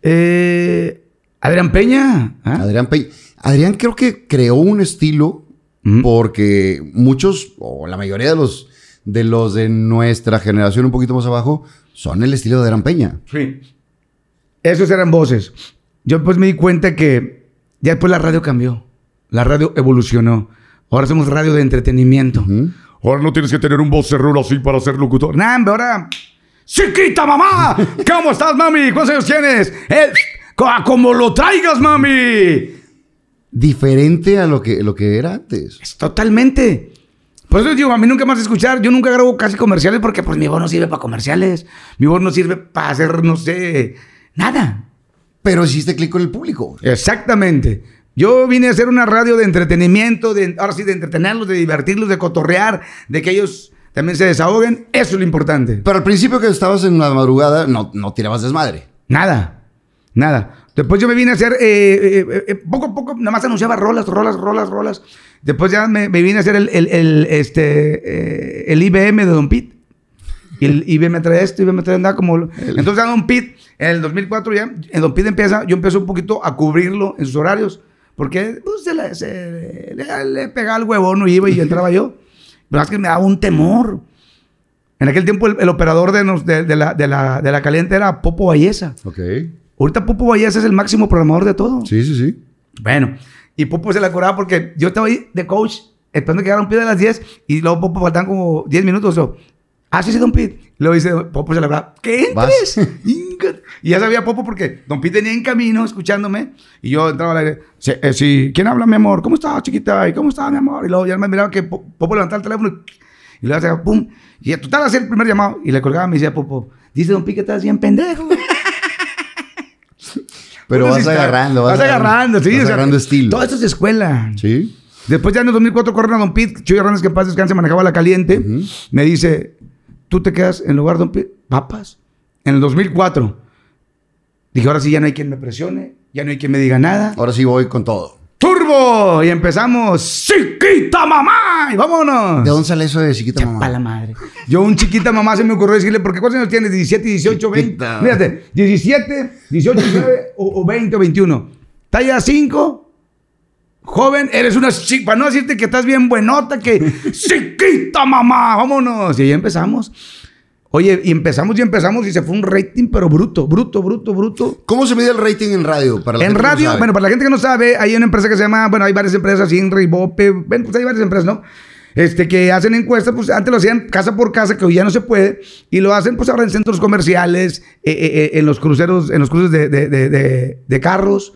Eh, Adrián Peña. ¿ah? Adrián Peña. Adrián creo que creó un estilo Ujú. porque muchos, o la mayoría de los de los de nuestra generación un poquito más abajo, son el estilo de Adrián Peña. Sí. Esos eran voces. Yo pues me di cuenta que ya después la radio cambió. La radio evolucionó. Ahora somos radio de entretenimiento. Ujú. Ahora no tienes que tener un voz cerruro así para ser locutor. Nah, hombre, ahora. ¡Chiquita mamá! ¿Cómo estás, mami? ¿Cuántos años tienes? Eh, ¡A como lo traigas, mami! Diferente a lo que, lo que era antes. Es Totalmente. Por eso digo, a mí nunca más escuchar. Yo nunca grabo casi comerciales porque pues mi voz no sirve para comerciales. Mi voz no sirve para hacer, no sé, nada. Pero hiciste clic con el público. Exactamente. Yo vine a hacer una radio de entretenimiento, de, ahora sí, de entretenerlos, de divertirlos, de cotorrear, de que ellos también se desahoguen. Eso es lo importante. Pero al principio que estabas en la madrugada, no, no tirabas desmadre. Nada, nada. Después yo me vine a hacer, eh, eh, eh, eh, poco a poco, nada más anunciaba rolas, rolas, rolas, rolas. Después ya me, me vine a hacer el, el- el, este, eh, el IBM de Don Pete. Y el IBM trae esto, IBM trae nada como... lo- Entonces ya Don Pete, en el 2004 ya, en Don Pete empieza, yo empiezo un poquito a cubrirlo en sus horarios. Porque pues, se le, se le- le pegaba el huevón, no iba y entraba yo. Pero es que me daba un temor. En aquel tiempo el, el operador de, nos- de- de la, de, la, de la caliente era Popo Valleza. Ok. Ahorita Popo Valleza es el máximo programador de todo. Sí, sí, sí. Bueno, y Popo se la curaba porque yo estaba ahí de coach esperando que llegara un pit a las 10 y luego Popo faltan como 10 minutos. Yo, ah, sí, sí, Don Pit. Luego dice Popo se la curaba, ¿qué Vas. entres? <laughs> Inga. y ya sabía Popo porque Don Pit venía en camino escuchándome y yo entraba al aire. "Sí, eh, sí, ¿quién habla, mi amor? ¿Cómo estás, chiquita? ¿Y cómo estás, mi amor? Y luego ya me miraba que Po- Popo levantaba el teléfono y y luego hacía pum. Y tú estás haciendo el primer llamado. Y le colgaba y me decía Popo, dice Don Pit que estás bien pendejo. Pero Unas vas historias. agarrando. Vas agarrando, sí. Vas o sea, agarrando estilo. Todo esto es de escuela. Sí. Después ya en el 2004 corren a Don Pete, Chuy Hernández, que en paz descanse, manejaba la caliente. Me dice, tú te quedas en lugar de Don Pete, papas. En el 2004. Dije, ahora sí ya no hay quien me presione, ya no hay quien me diga nada. Ahora sí voy con todo. ¡Turbo! Y empezamos, chiquita mamá, y vámonos. ¿De dónde sale eso de chiquita Pa' la mamá? madre. Yo un chiquita mamá se me ocurrió decirle, porque ¿cuántos años tienes? 17, 18, 20. Chiquita. Mírate, 17, 18, 19 o, o 20 o 21. Talla 5. Joven, eres una chica, para no decirte que estás bien buenota, que chiquita mamá, vámonos. Y ahí empezamos. Oye, y empezamos y empezamos y se fue un rating, pero bruto, bruto, bruto, bruto. ¿Cómo se mide el rating en radio? Para la En gente que no radio, sabe? bueno, para la gente que no sabe, hay una empresa que se llama, bueno, hay varias empresas, Inri, Bope, bueno, pues hay varias empresas, ¿no? Este, que hacen encuestas, pues antes lo hacían casa por casa, que hoy ya no se puede, y lo hacen pues ahora en centros comerciales, eh, eh, eh, en los cruceros, en los cruces de, de- de- de- de carros,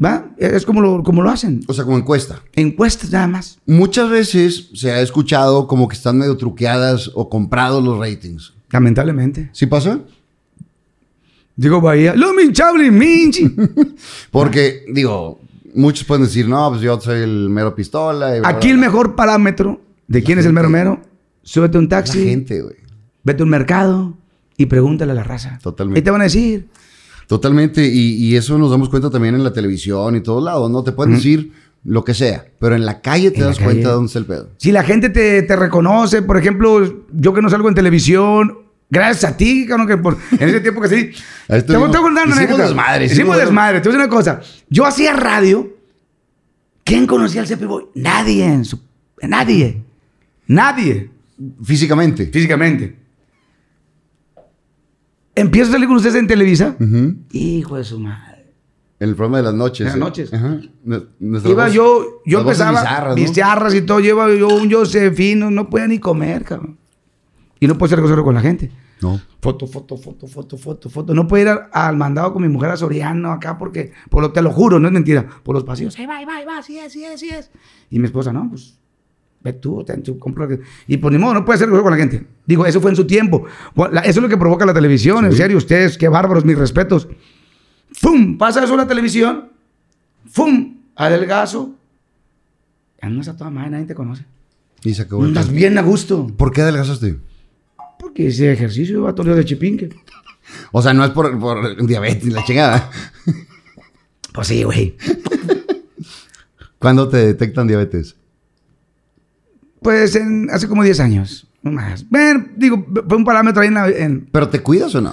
¿va? E, Es como lo, como lo hacen, O sea, como encuesta. encuestas nada más. Muchas veces se ha escuchado como que están medio truqueadas o comprados los ratings. Lamentablemente. ¿Sí pasa? Digo, Bahía, lo minchable, <laughs> minchi. Porque, digo, muchos pueden decir, no, pues yo soy el mero pistola. y bla, Aquí bla, el bla". mejor parámetro de quién es el mero mero, súbete a un La taxi. gente, güey. Vete a un mercado y pregúntale a la raza. Totalmente. Y te van a decir, Totalmente, y, y eso nos damos cuenta también en la televisión y todos lados, ¿no? Te pueden decir lo que sea, pero en la calle te En la das cuenta calle. de dónde está el pedo. si la gente te, te reconoce, por ejemplo, yo que no salgo en televisión, gracias a ti, cabrón, que por- en ese tiempo que sí. <laughs> Ahí estuvimos. voy- voy a contar una Hicimos anécdota. desmadre, Hicimos, hicimos- desmadre. Te voy a decir una cosa. Yo hacía radio. ¿Quién conocía al Cepi Boy? Nadie. en su- nadie. Nadie. Físicamente. Físicamente. Empiezo a salir con ustedes en Televisa. Ujú. En Hijo de su madre. el programa de las noches. En las ¿eh? noches. Ajá. Nu- nuestra Iba voz- yo, yo las voces empezaba bizarras, ¿no? mis charras y todo, yo iba yo un Josefino, no podía ni comer, cabrón. Y no podía ser grosero con la gente. No. Foto, foto, foto, foto, foto, foto. No podía ir a- al mandado con mi mujer a Soriano acá porque, por lo, te lo juro, no es mentira, por los pasillos. Ahí va, ahí va, ahí va, así es, así es, así es. Y mi esposa, no, pues, ve tú, ten, tú, compra lo que-". Y por ni modo, no puede ser grosero con la gente. Digo, eso fue en su tiempo. Bueno, la- Eso es lo que provoca la televisión, en serio, ustedes, qué bárbaros, mis respetos. ¡Fum! Pasa eso en la televisión. ¡Fum! Adelgazo. Andas a toda madre, nadie te conoce. Y se acabó el Andas pedo. bien a gusto. ¿Por qué adelgazaste? Porque ese ejercicio va todo de chipinque. O sea, no es por, por <laughs> diabetes, la chingada. Pues sí, güey. ¿Cuándo te detectan diabetes? Pues en, hace como 10 años, no más. Ven, digo, fue un parámetro ahí en la... en- ¿Pero te cuidas o no?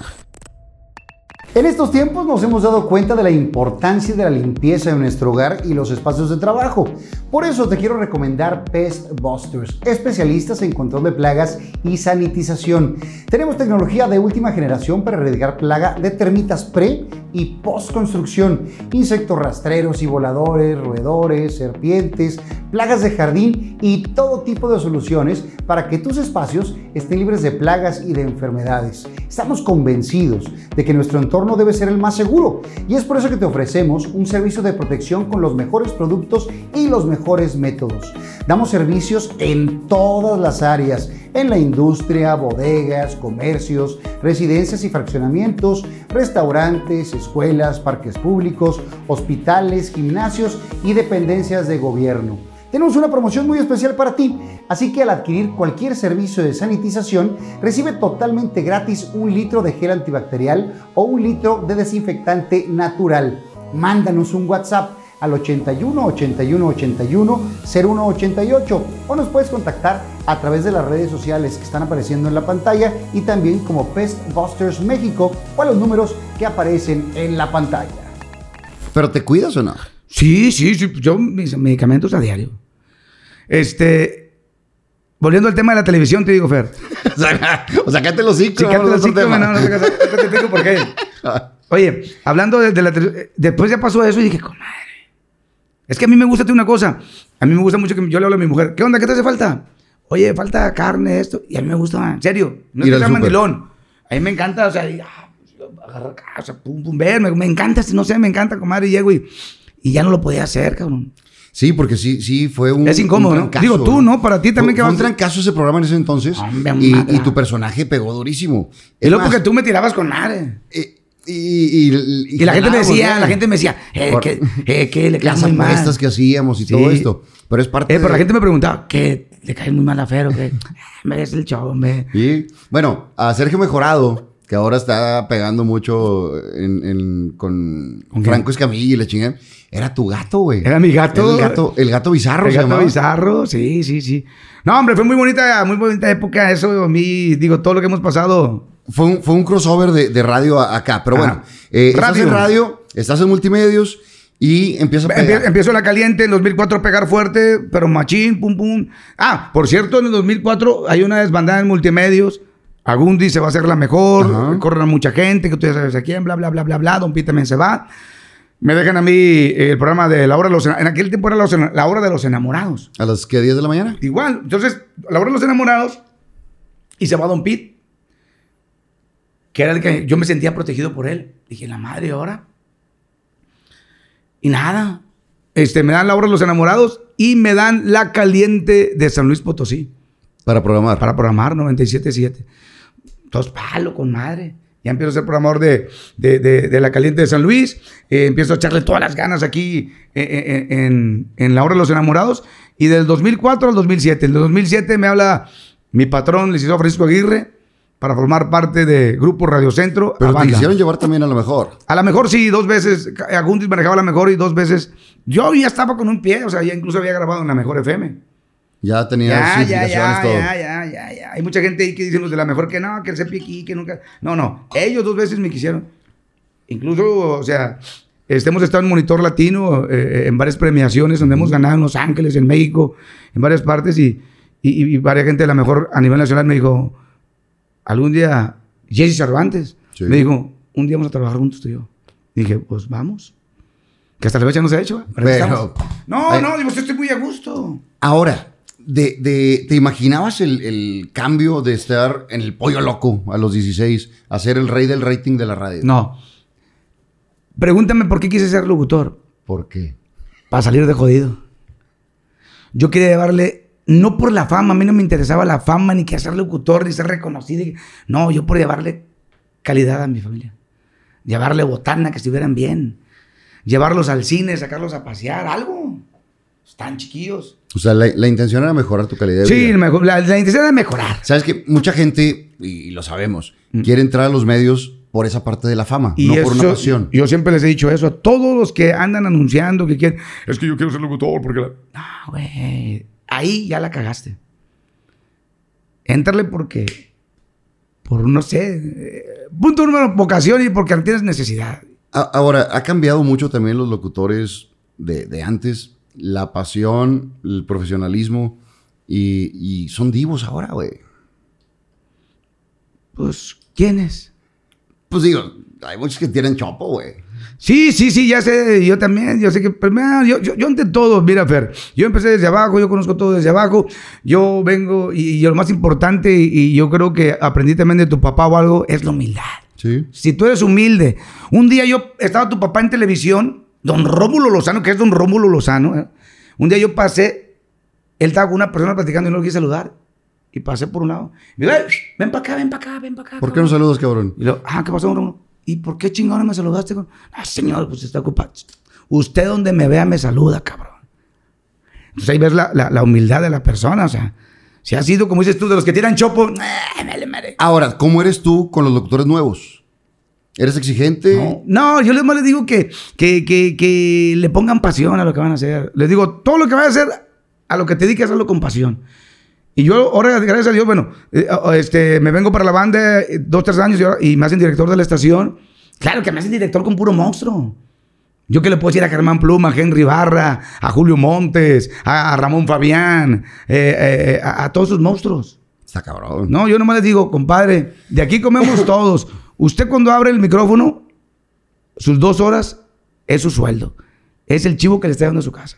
En estos tiempos nos hemos dado cuenta de la importancia de la limpieza en nuestro hogar y los espacios de trabajo. Por eso te quiero recomendar Pest Busters, especialistas en control de plagas y sanitización. Tenemos tecnología de última generación para erradicar plaga de termitas pre y post construcción, insectos rastreros y voladores, roedores, serpientes, plagas de jardín y todo tipo de soluciones para que tus espacios estén libres de plagas y de enfermedades. Estamos convencidos de que nuestro entorno debe ser el más seguro y es por eso que te ofrecemos un servicio de protección con los mejores productos y los mejores métodos. Damos servicios en todas las áreas, en la industria, bodegas, comercios, residencias y fraccionamientos, restaurantes, escuelas, parques públicos, hospitales, gimnasios y dependencias de gobierno. Tenemos una promoción muy especial para ti, así que al adquirir cualquier servicio de sanitización, recibe totalmente gratis un litro de gel antibacterial o un litro de desinfectante natural. Mándanos un WhatsApp al 81 81 81 0188 o nos puedes contactar a través de las redes sociales que están apareciendo en la pantalla y también como Pest Busters México o a los números que aparecen en la pantalla. ¿Pero te cuidas o no? <laughs> Sí, sí, sí, yo mis medicamentos a diario. Este, Volviendo al tema de la televisión, te digo, Fer. O sea, o sacate los hijos. Chicate los hocico, no, no te casas. Ahorita te explico <laughs> por qué. Oye, hablando de, de la tele- Después ya pasó eso y dije, comadre. Es que a mí me gusta tío, una cosa. A mí me gusta mucho que yo le hablo a mi mujer. ¿Qué onda? ¿Qué te hace falta? Oye, falta carne, esto. Y a mí me gusta, en serio. No Ir es que al sea súper. mandilón. A mí me encanta, o sea, y, ah, agarrar acá, o sea, pum, pum, ver. Me, me encanta, no sé, me encanta, comadre. Y llego y, y ya no lo podía hacer, cabrón. Sí, porque sí, sí fue un. Es incómodo, un ¿no? Digo, tú, ¿no? Para ti también que fue, fue vas- un trancazo ese programa en ese entonces. Hombre, y, madre. y tu personaje pegó durísimo. Y Es luego más, porque tú me tirabas con madre. eh, Y, y, Y la gente me jalábamos, decía, ¿no? la gente me decía, eh, Por- que, eh, que le Las quedas muy mal. apuestas que hacíamos y Sí. todo esto. Pero es parte Eh, pero la de- gente me preguntaba, ¿qué? ¿Le caes muy mal a Fer o <laughs> qué? <laughs> Me des el show, hombre. Y bueno, a Sergio Mejorado, que ahora está pegando mucho en, en- con, ¿Con quién? Franco Escamilla y la chingada, era tu gato, güey. Era mi gato. El gato, el gato bizarro, El se gato llamaba. bizarro, sí, sí, sí. No, hombre, fue muy bonita, muy bonita época eso. A mí, digo, todo lo que hemos pasado. Fue un, fue un crossover de, de radio a- acá, pero Ajá. bueno, eh, estás Radio. Em, en radio, estás en multimedios y empieza a pegar. Empie- Empiezo la caliente en 2004 a pegar fuerte, pero machín, pum, pum. Ah, por cierto, en el 2004 hay una desbandada en multimedios. Agundi se va a hacer la mejor, Ajá. corren a mucha gente, que tú ya sabes a quién, bla, bla, bla, bla, bla. Don Pi también se va. Me dejan a mí eh, el programa de la hora de los... En aquel tiempo era la, Los- la hora de los enamorados. ¿A las que 10 de la mañana? Igual. Entonces, la hora de los enamorados y se va Don Pete, que era el que yo me sentía protegido por él. Dije, la madre, ahora. Y nada. Este, me dan la hora de los enamorados y me dan la caliente de San Luis Potosí Para programar. para programar 97.7. Dos palos con madre. Ya empiezo a ser programador de, de- de- de la caliente de San Luis. Eh, empiezo a echarle todas las ganas aquí eh, eh, en, en la hora de los enamorados. Y del 2004 al 2007. En el 2007 me habla mi patrón, licenciado Francisco Aguirre, para formar parte de Grupo Radio Centro. pero te Avanda. quisieron llevar también a lo mejor. A lo mejor sí, dos veces. eh, Agundis manejaba la mejor y dos veces. Yo ya estaba con un pie, o sea, ya incluso había grabado en la mejor FM. Ya tenía Ya, ya, ya, certificaciones, todo. ya, ya, ya, ya. Hay mucha gente ahí que dicen los de la mejor que no, que el CPI aquí, que nunca. No, no. Ellos dos veces me quisieron. Incluso, o sea, este, hemos estado en Monitor Latino, eh, eh, en varias premiaciones, donde hemos ganado en Los Ángeles, en México, en varias partes, y, y, y varias gente de la mejor a nivel nacional me dijo, algún día, Jesse Cervantes, Sí. me dijo, un día vamos a trabajar juntos tú y yo. Dije, pues vamos. Que hasta la fecha no se ha hecho. ¿eh? Pero aquí Pero- estamos. no, Ay. no, digo, yo estoy muy a gusto. Ahora, de, de- ¿te imaginabas el, el cambio de estar en el pollo loco a los 16 a ser el rey del rating de la radio? No. Pregúntame por qué quise ser locutor. ¿Por qué? Para salir de jodido. Yo quería llevarle, no por la fama, a mí no me interesaba la fama, ni que ser locutor, ni ser reconocido. y- No, yo por llevarle calidad a mi familia. Llevarle botana, que estuvieran bien. Llevarlos al cine, sacarlos a pasear, algo. Están chiquillos. O sea, la, la intención era mejorar tu calidad de Sí, vida. mejor- la, la intención era mejorar. Sabes que mucha gente, y lo sabemos, Mm. quiere entrar a los medios por esa parte de la fama, Y no por una eso- pasión. Yo siempre les he dicho eso a todos los que andan anunciando que quieren. Es que yo quiero ser locutor porque la. No, güey. Ahí ya la cagaste. Éntrale porque. Por no sé. eh, Punto número, vocación y porque tienes necesidad. A- ahora, ha cambiado mucho también los locutores de, de antes, la pasión, el profesionalismo, y, y son divos ahora, güey. Pues, ¿quién es? Pues digo, hay muchos que tienen chopo, güey. Sí, sí, sí, ya sé, yo también, yo sé que, pero mira, yo, yo, yo ante todo, mira, Fer, yo empecé desde abajo, yo conozco todo desde abajo, yo vengo y, y lo más importante y, y yo creo que aprendí también de tu papá o algo, es la humildad. Sí. Si tú eres humilde, un día yo estaba tu papá en televisión, don Rómulo Lozano, que es don Rómulo Lozano, ¿eh? un día yo pasé, él estaba con una persona platicando y no lo quise saludar, y pasé por un lado, y me dijo, "Ey, ven para acá, ven para acá, ven para acá. ¿Por qué no cabrón". saludas, cabrón? Y luego, ah, ¿qué pasó, Bruno? ¿Y por qué chingón no me saludaste? cabrón? Ah, señor, pues está ocupado. Usted donde me vea me saluda, cabrón. Entonces ahí ves la, la- la humildad de la persona, o sea. Si has sido, como dices tú, de los que tiran chopo, "Ah, vale, madre". Ahora, ¿cómo eres tú con los locutores nuevos? ¿Eres exigente? No, Este, no, yo les más les digo que, que, que, que le pongan pasión a lo que van a hacer. Les digo, todo lo que vas a hacer, a lo que te dediques, hazlo con pasión. Y yo ahora, gracias a Dios, bueno, eh, a- a- este, me vengo para la banda eh, dos, tres años y, ahora- y me hacen director de la estación. Claro que me hacen director con puro monstruo. Yo que le puedo decir a Germán Pluma, a Henry Barra, a Julio Montes, a, a Ramón Fabián, eh, eh, eh, a, a todos sus monstruos. Está cabrón. Pues No, yo nomás les digo, compadre, de aquí comemos todos. Usted cuando abre el micrófono, sus dos horas es su sueldo. Es el chivo que le está dando a su casa.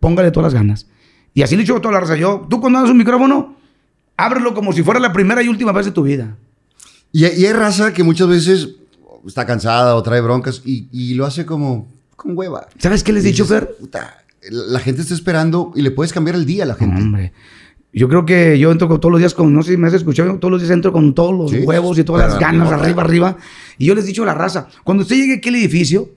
Póngale todas las ganas. Y así le dicho a toda la raza. Yo, tú cuando abres un micrófono, ábrelo como si fuera la primera y última vez de tu vida. Y, y hay raza que muchas veces está cansada o trae broncas y, y lo hace como con hueva. ¿Sabes qué les he dicho, Dices, Fer? "Puta, la gente está esperando y le puedes cambiar el día a la gente. Hombre. Yo creo que yo entro con todos los días con, no sé si me has escuchado, yo todos los días entro con todos los Sí, huevos y todas pero las ganas, arriba, arriba, arriba. Y yo les he dicho a la raza, cuando usted llegue aquí al edificio,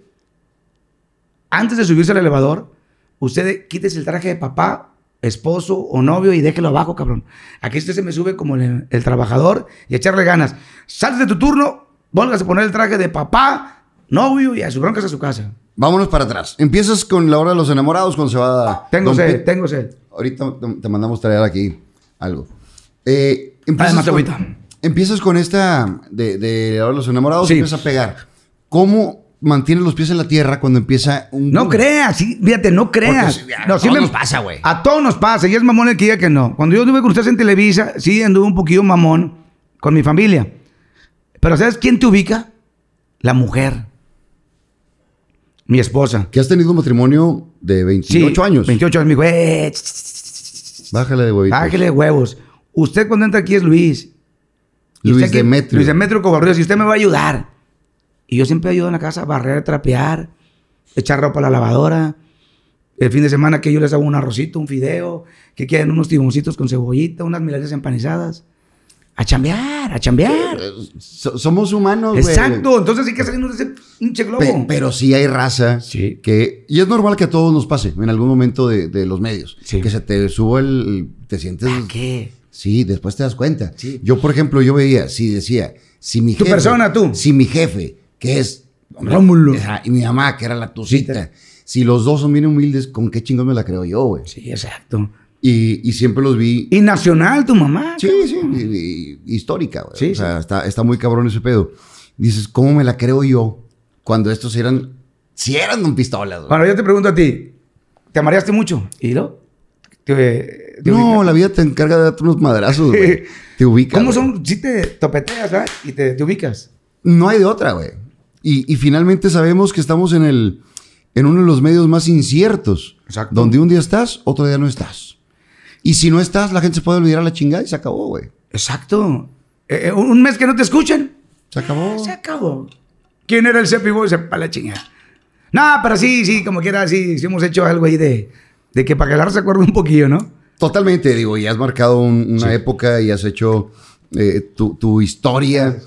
antes de subirse al elevador, usted quítese el traje de papá, esposo o novio y déjelo abajo, cabrón. Aquí usted se me sube como el, el trabajador y echarle ganas. Sales de tu turno, vuelvas a poner el traje de papá, novio y a sus broncas a su casa. Vámonos para atrás. Empiezas con la hora de los enamorados con Cebada. Tengo Don sed, Pe- tengo sed. Ahorita te te mandamos traer aquí algo. Eh, empiezas, Además, con, agüita. empiezas con esta de, de ahora los enamorados Sí. empiezas a pegar. ¿Cómo mantienes los pies en la tierra cuando empieza un No creas, sí, fíjate, no creas. Porque sí, a no, sí todos me- nos pasa, güey. A todos nos pasa, y es mamón el que diga que no. Cuando yo estuve con ustedes en Televisa, sí anduve un poquillo mamón con mi familia. Pero ¿sabes quién te ubica? La mujer. Mi esposa. que has tenido un matrimonio de 28 años? pues. 28 años. Me dijo, eh, ch, ch, ch, Bájale de huevito. bájele huevos. Usted cuando entra aquí es Luis. Y Luis usted aquí- Demetrio. Luis Demetrio Covarrubias, y usted me va a ayudar. Y yo siempre ayudo en la casa, barrer, trapear, echar ropa a la lavadora. El fin de semana que yo les hago un arrocito, un fideo, que queden unos tiboncitos con cebollita, unas milanesas empanizadas. A chambear, a chambear. Eh, So- somos humanos, güey. Exacto, entonces hay que salirnos de ese pinche globo. Pe- pero sí hay raza Sí. que... Y es normal que a todos nos pase en algún momento de, de los medios. Sí. Que se te suba el... Te sientes... ¿Para qué? Sí, después te das cuenta. Sí. Yo, por ejemplo, yo veía, si decía, si mi Tu jefe... persona, tú. Si mi jefe, que es... Rómulo. Ajá, y mi mamá, que era la tucita. Si los dos son bien humildes, ¿con qué chingón me la creo yo, güey? Sí, exacto. Y, y siempre los vi... Y nacional, tu mamá. Sí, cabrón. sí, y- y- histórica, güey. Sí, o sea, Está, está muy cabrón ese pedo. Dices, ¿cómo me la creo yo cuando estos eran... Si eran un pistolas, güey? Bueno, yo te pregunto a ti, ¿te mareaste mucho? ¿Y no? ¿Te- te No, ubicas? la vida te encarga de darte unos madrazos, <laughs> güey. Te ubica. ¿Cómo güey. son? Si te topeteas, ¿verdad? Y te, te ubicas. No hay de otra, güey. Y, y finalmente sabemos que estamos en el en uno de los medios más inciertos. Exacto. Donde un día estás, otro día no estás. Y si no estás, la gente se puede olvidar a la chingada y se acabó, güey. Exacto. Eh, eh, un mes que no te escuchan. Se acabó. Se acabó. ¿Quién era el Cepi Boy? Se pa' la chingada. No, pero sí, sí, como quiera, sí, sí hemos hecho algo ahí de, de que para que la raza se acuerde un poquillo, ¿no? Totalmente, digo, y has marcado un- una época y has hecho eh, tu, tu historia.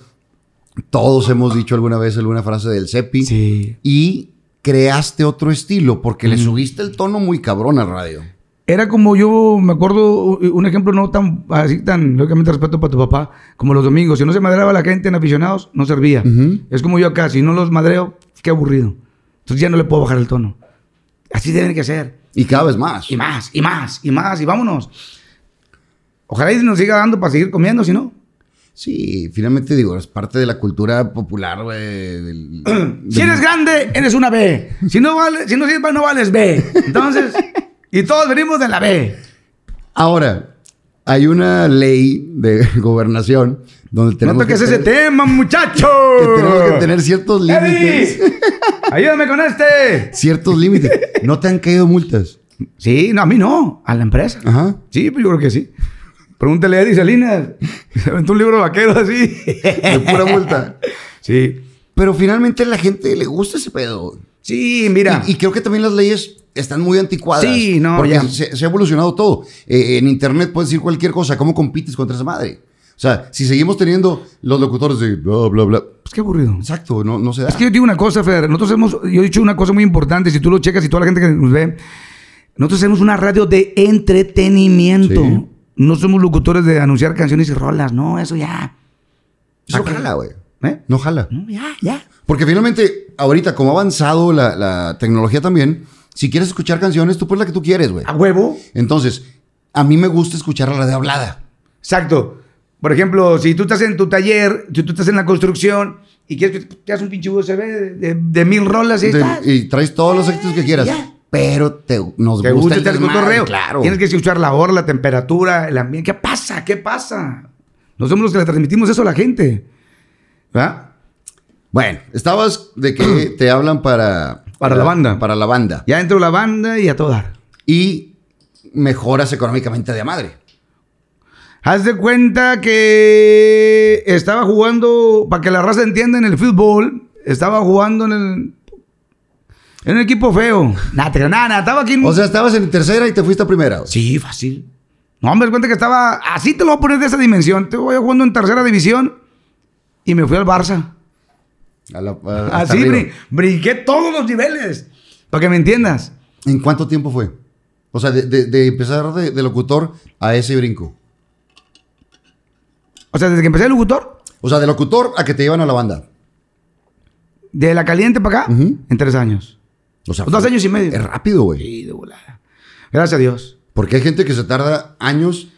Todos hemos dicho alguna vez alguna frase del CEPI. Sí. Y creaste otro estilo porque le subiste el tono muy cabrón al radio. Era como yo, me acuerdo, u- un ejemplo no tan, así tan, lógicamente respeto para tu papá, como los domingos. Si no se madreaba la gente en aficionados, no servía. Ujú. Es como yo acá, si no los madreo, qué aburrido. Entonces ya no le puedo bajar el tono. Así deben que ser. Y cada vez más. Y más, y más, y más, y vámonos. Ojalá y nos siga dando para seguir comiendo, si no. <clears throat> Sí, finalmente digo, es parte de la cultura popular, güey. <clears throat> del- Si eres grande, eres una B. Si no vale, si no sirves, no vales B. Entonces, y todos venimos de la B. Ahora, hay una ley de <laughs> gobernación donde No tenemos, toques que, ese tener, tema, muchacho. que tenemos que tener ciertos límites. ¡Eddie! ¡Ayúdame con este! Ciertos límites. No te han caído multas. Sí, no, a mí no, a la empresa. <laughs> Ajá. Sí, pues yo creo que sí. Pregúntale a Eddie Salinas. Se aventó un libro vaquero así. De pura multa. Sí. Pero finalmente a la gente le gusta ese pedo. Sí, mira. Y, y creo que también las leyes están muy anticuadas. Sí, no, Porque ya. Se, se ha evolucionado todo. Eh, en internet puedes decir cualquier cosa. ¿Cómo compites contra esa madre? O sea, si seguimos teniendo los locutores de bla, bla, bla. Pues qué aburrido. Exacto, no, no se da. Ah, Es que yo digo una cosa, Fer. Nosotros hemos, yo he dicho una cosa muy importante, si tú lo checas y toda la gente que nos ve, nosotros hacemos una radio de entretenimiento. Sí. No somos locutores de anunciar canciones y rolas, no, eso ya. Eso Ah, que- jala, güey. ¿Eh? No jala. No, Ya, ya. Porque finalmente, ahorita, como ha avanzado la, la tecnología también, si quieres escuchar canciones, tú pones la que tú quieres, güey. A huevo. Entonces, a mí me gusta escuchar la de hablada. Exacto. Por ejemplo, si tú estás en tu taller, si tú estás en la construcción y quieres que te hagas un pinche USB de, de- de mil rolas y ahí Te- estás. y traes todos los éxitos que quieras. ya. Pero te, nos Te gusta gusta estar desmadre, cotorreo. Claro. Tienes que escuchar la hora, la temperatura, el ambiente. ¿Qué pasa? ¿Qué pasa? No somos los que le transmitimos eso a la gente. ¿Verdad? Bueno, estabas de <clears throat> que te hablan para... Para la banda. Para la banda. Ya dentro de la banda y a todo dar. Y mejoras económicamente de madre. Haz de cuenta que estaba jugando, para que la raza entienda en el fútbol, estaba jugando en el. En un equipo feo. Nada, te creas, nada, nada, estaba aquí. en- O sea, estabas en tercera y te fuiste a primera. sí, fácil. No, me das cuenta que estaba. Así te lo voy a poner de esa dimensión. Te voy jugando en tercera división y me fui al Barça. A la- a- hasta Así arriba. brin- brinqué todos los niveles. Para que me entiendas. ¿En cuánto tiempo fue? O sea, de, de- de empezar de, de locutor a ese brinco. O sea, desde que empecé el locutor, O sea, de locutor a que te llevan a la banda. de la caliente para acá, Ujú. en tres años. O sea, Dos fue- años y medio. Es rápido, güey. Sí, de volada. Gracias a Dios. Porque hay gente que se tarda años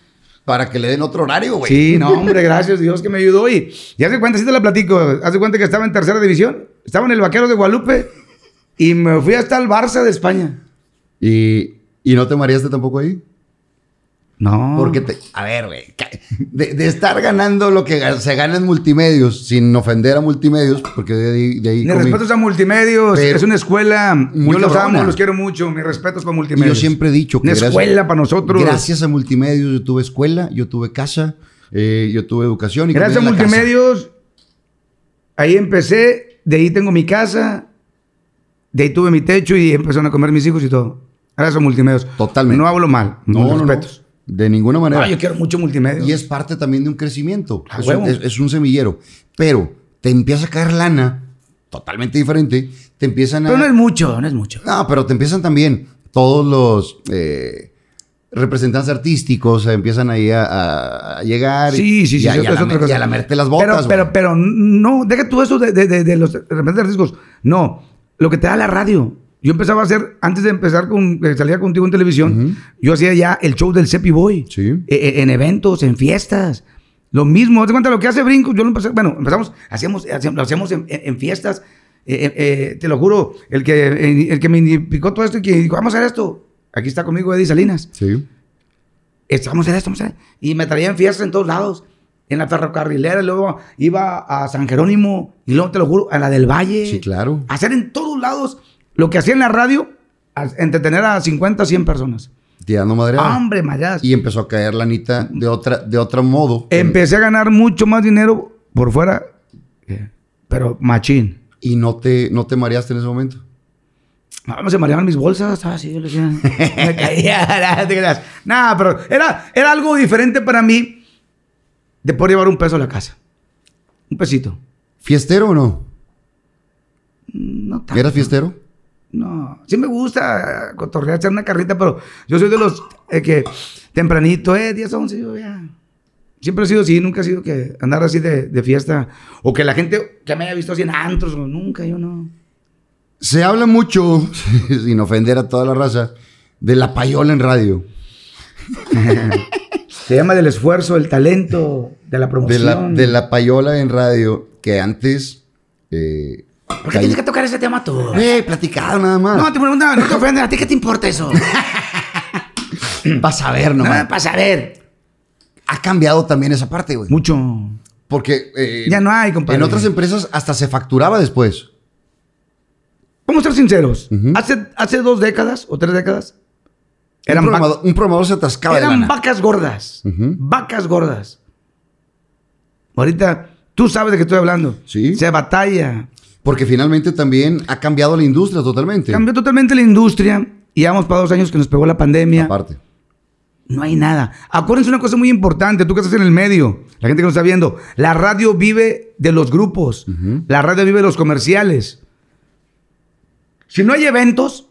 para que le den otro horario, güey. Sí, no, hombre, gracias a Dios que me ayudó. Y, y hace cuenta, sí te la platico, hace cuenta que estaba en tercera división, estaba en el Vaquero de Guadalupe y me fui hasta el Barça de España. ¿Y, y no te mareaste tampoco ahí? No. Porque te... A ver, güey. ca- De, de estar ganando lo que ga- se gana en multimedios, sin ofender a multimedios, porque de ahí... De ahí Mis comí. respetos a Multimedios, Pero- es una escuela, Muy yo los cabrona. amo, los quiero mucho, mis respetos Y para Multimedios. yo siempre he dicho que... Una gracias- escuela para nosotros. Gracias a multimedios yo tuve escuela, yo tuve casa, eh, yo tuve educación. Y Gracias a comida en la casa. Multimedios, ahí empecé, de ahí tengo mi casa, de ahí tuve mi techo y empezaron a comer mis hijos y todo. Gracias a Multimedios. Totalmente. No hablo mal, no, No, no, no. respetos. De ninguna manera. No, Ah, yo quiero mucho Multimedios. Y es parte también de un crecimiento. A Es un, huevo. es- es un semillero. Pero te empieza a caer lana totalmente diferente. Te empiezan a. Pero no es mucho, no es mucho. No, pero te empiezan también todos los eh, representantes artísticos eh, empiezan ahí a- a, a llegar. Sí, sí, sí. Y a, es y a otra lame- cosa. y a lamerte las botas. Pero, güey. pero, pero no, deja tú eso de, de, de, de los representantes artísticos. No, lo que te da la radio. Yo empezaba a hacer, antes de empezar con, que salía contigo en televisión, yo hacía ya el show del Cepi Boy. Sí. E- e- en eventos, en fiestas. Lo mismo, te cuenta lo que hace Brinco. Yo lo empecé, bueno, empezamos, hacíamos, hacíamos- lo hacíamos en, en- en fiestas. Eh, eh, eh, te lo juro, el que, eh, el que me indicó todo esto y que dijo, vamos a hacer esto. Aquí está conmigo Eddie Salinas. Sí. Estamos en esto, vamos a hacer- Y me traían fiestas en todos lados. En la ferrocarrilera, y luego iba a San Jerónimo, y luego te lo juro, a la del Valle. Sí, claro. Hacer en todos lados lo que hacía en la radio, a- entretener a 50, 100 personas. Tirando madre. ¡Hombre, mayadas! Ah. Y empezó a caer lanita de otra, de otro modo. em, Empecé a ganar mucho más dinero por fuera, pero machín. y no te, no te mareaste en ese momento. No, se mareaban mis bolsas, estaba así, yo <laughs> le decía, me caía, no te creas. Nada, pero era, era algo diferente para mí de poder llevar un peso a la casa. Un pesito. ¿Fiestero o no? No tanto. ¿Eras fiestero? No, sí me gusta cotorrear, echar una carrita, pero yo soy de los eh, que tempranito, eh, 10, 11, yo ya. Siempre he sido así, nunca he sido que andar así de, de fiesta o que la gente que me haya visto así en antros, o nunca, yo no. Se habla mucho, <laughs> sin ofender a toda la raza, de la payola en radio. Se llama del esfuerzo, el talento, de la De promoción. la, de la payola en radio, que antes... Eh, ¿Por qué tienes que tocar ese tema tú? Eh, platicado nada más. No, te preguntan, no te ofendas, a ti ¿Qué te importa <laughs> eso? vas a ver no nomás. me pasa a ver. Ha cambiado también esa parte, güey. Mucho. Porque... eh, Ya no hay, compadre. En otras empresas hasta se facturaba después. Vamos a ser sinceros. Ujú. hace, hace dos décadas o tres décadas Un eran, va- programador, un programador se atascaba de eran lana. vacas gordas. Ujú. Vacas gordas. Ahorita tú sabes de qué estoy hablando. Sí. Se batalla. Porque finalmente también ha cambiado la industria totalmente. Cambió totalmente la industria y vamos para dos años que nos pegó la pandemia. Aparte. No hay nada. Acuérdense una cosa muy importante, tú que estás en el medio, la gente que nos está viendo, la radio vive de los grupos, la radio vive de los comerciales. Si no hay eventos,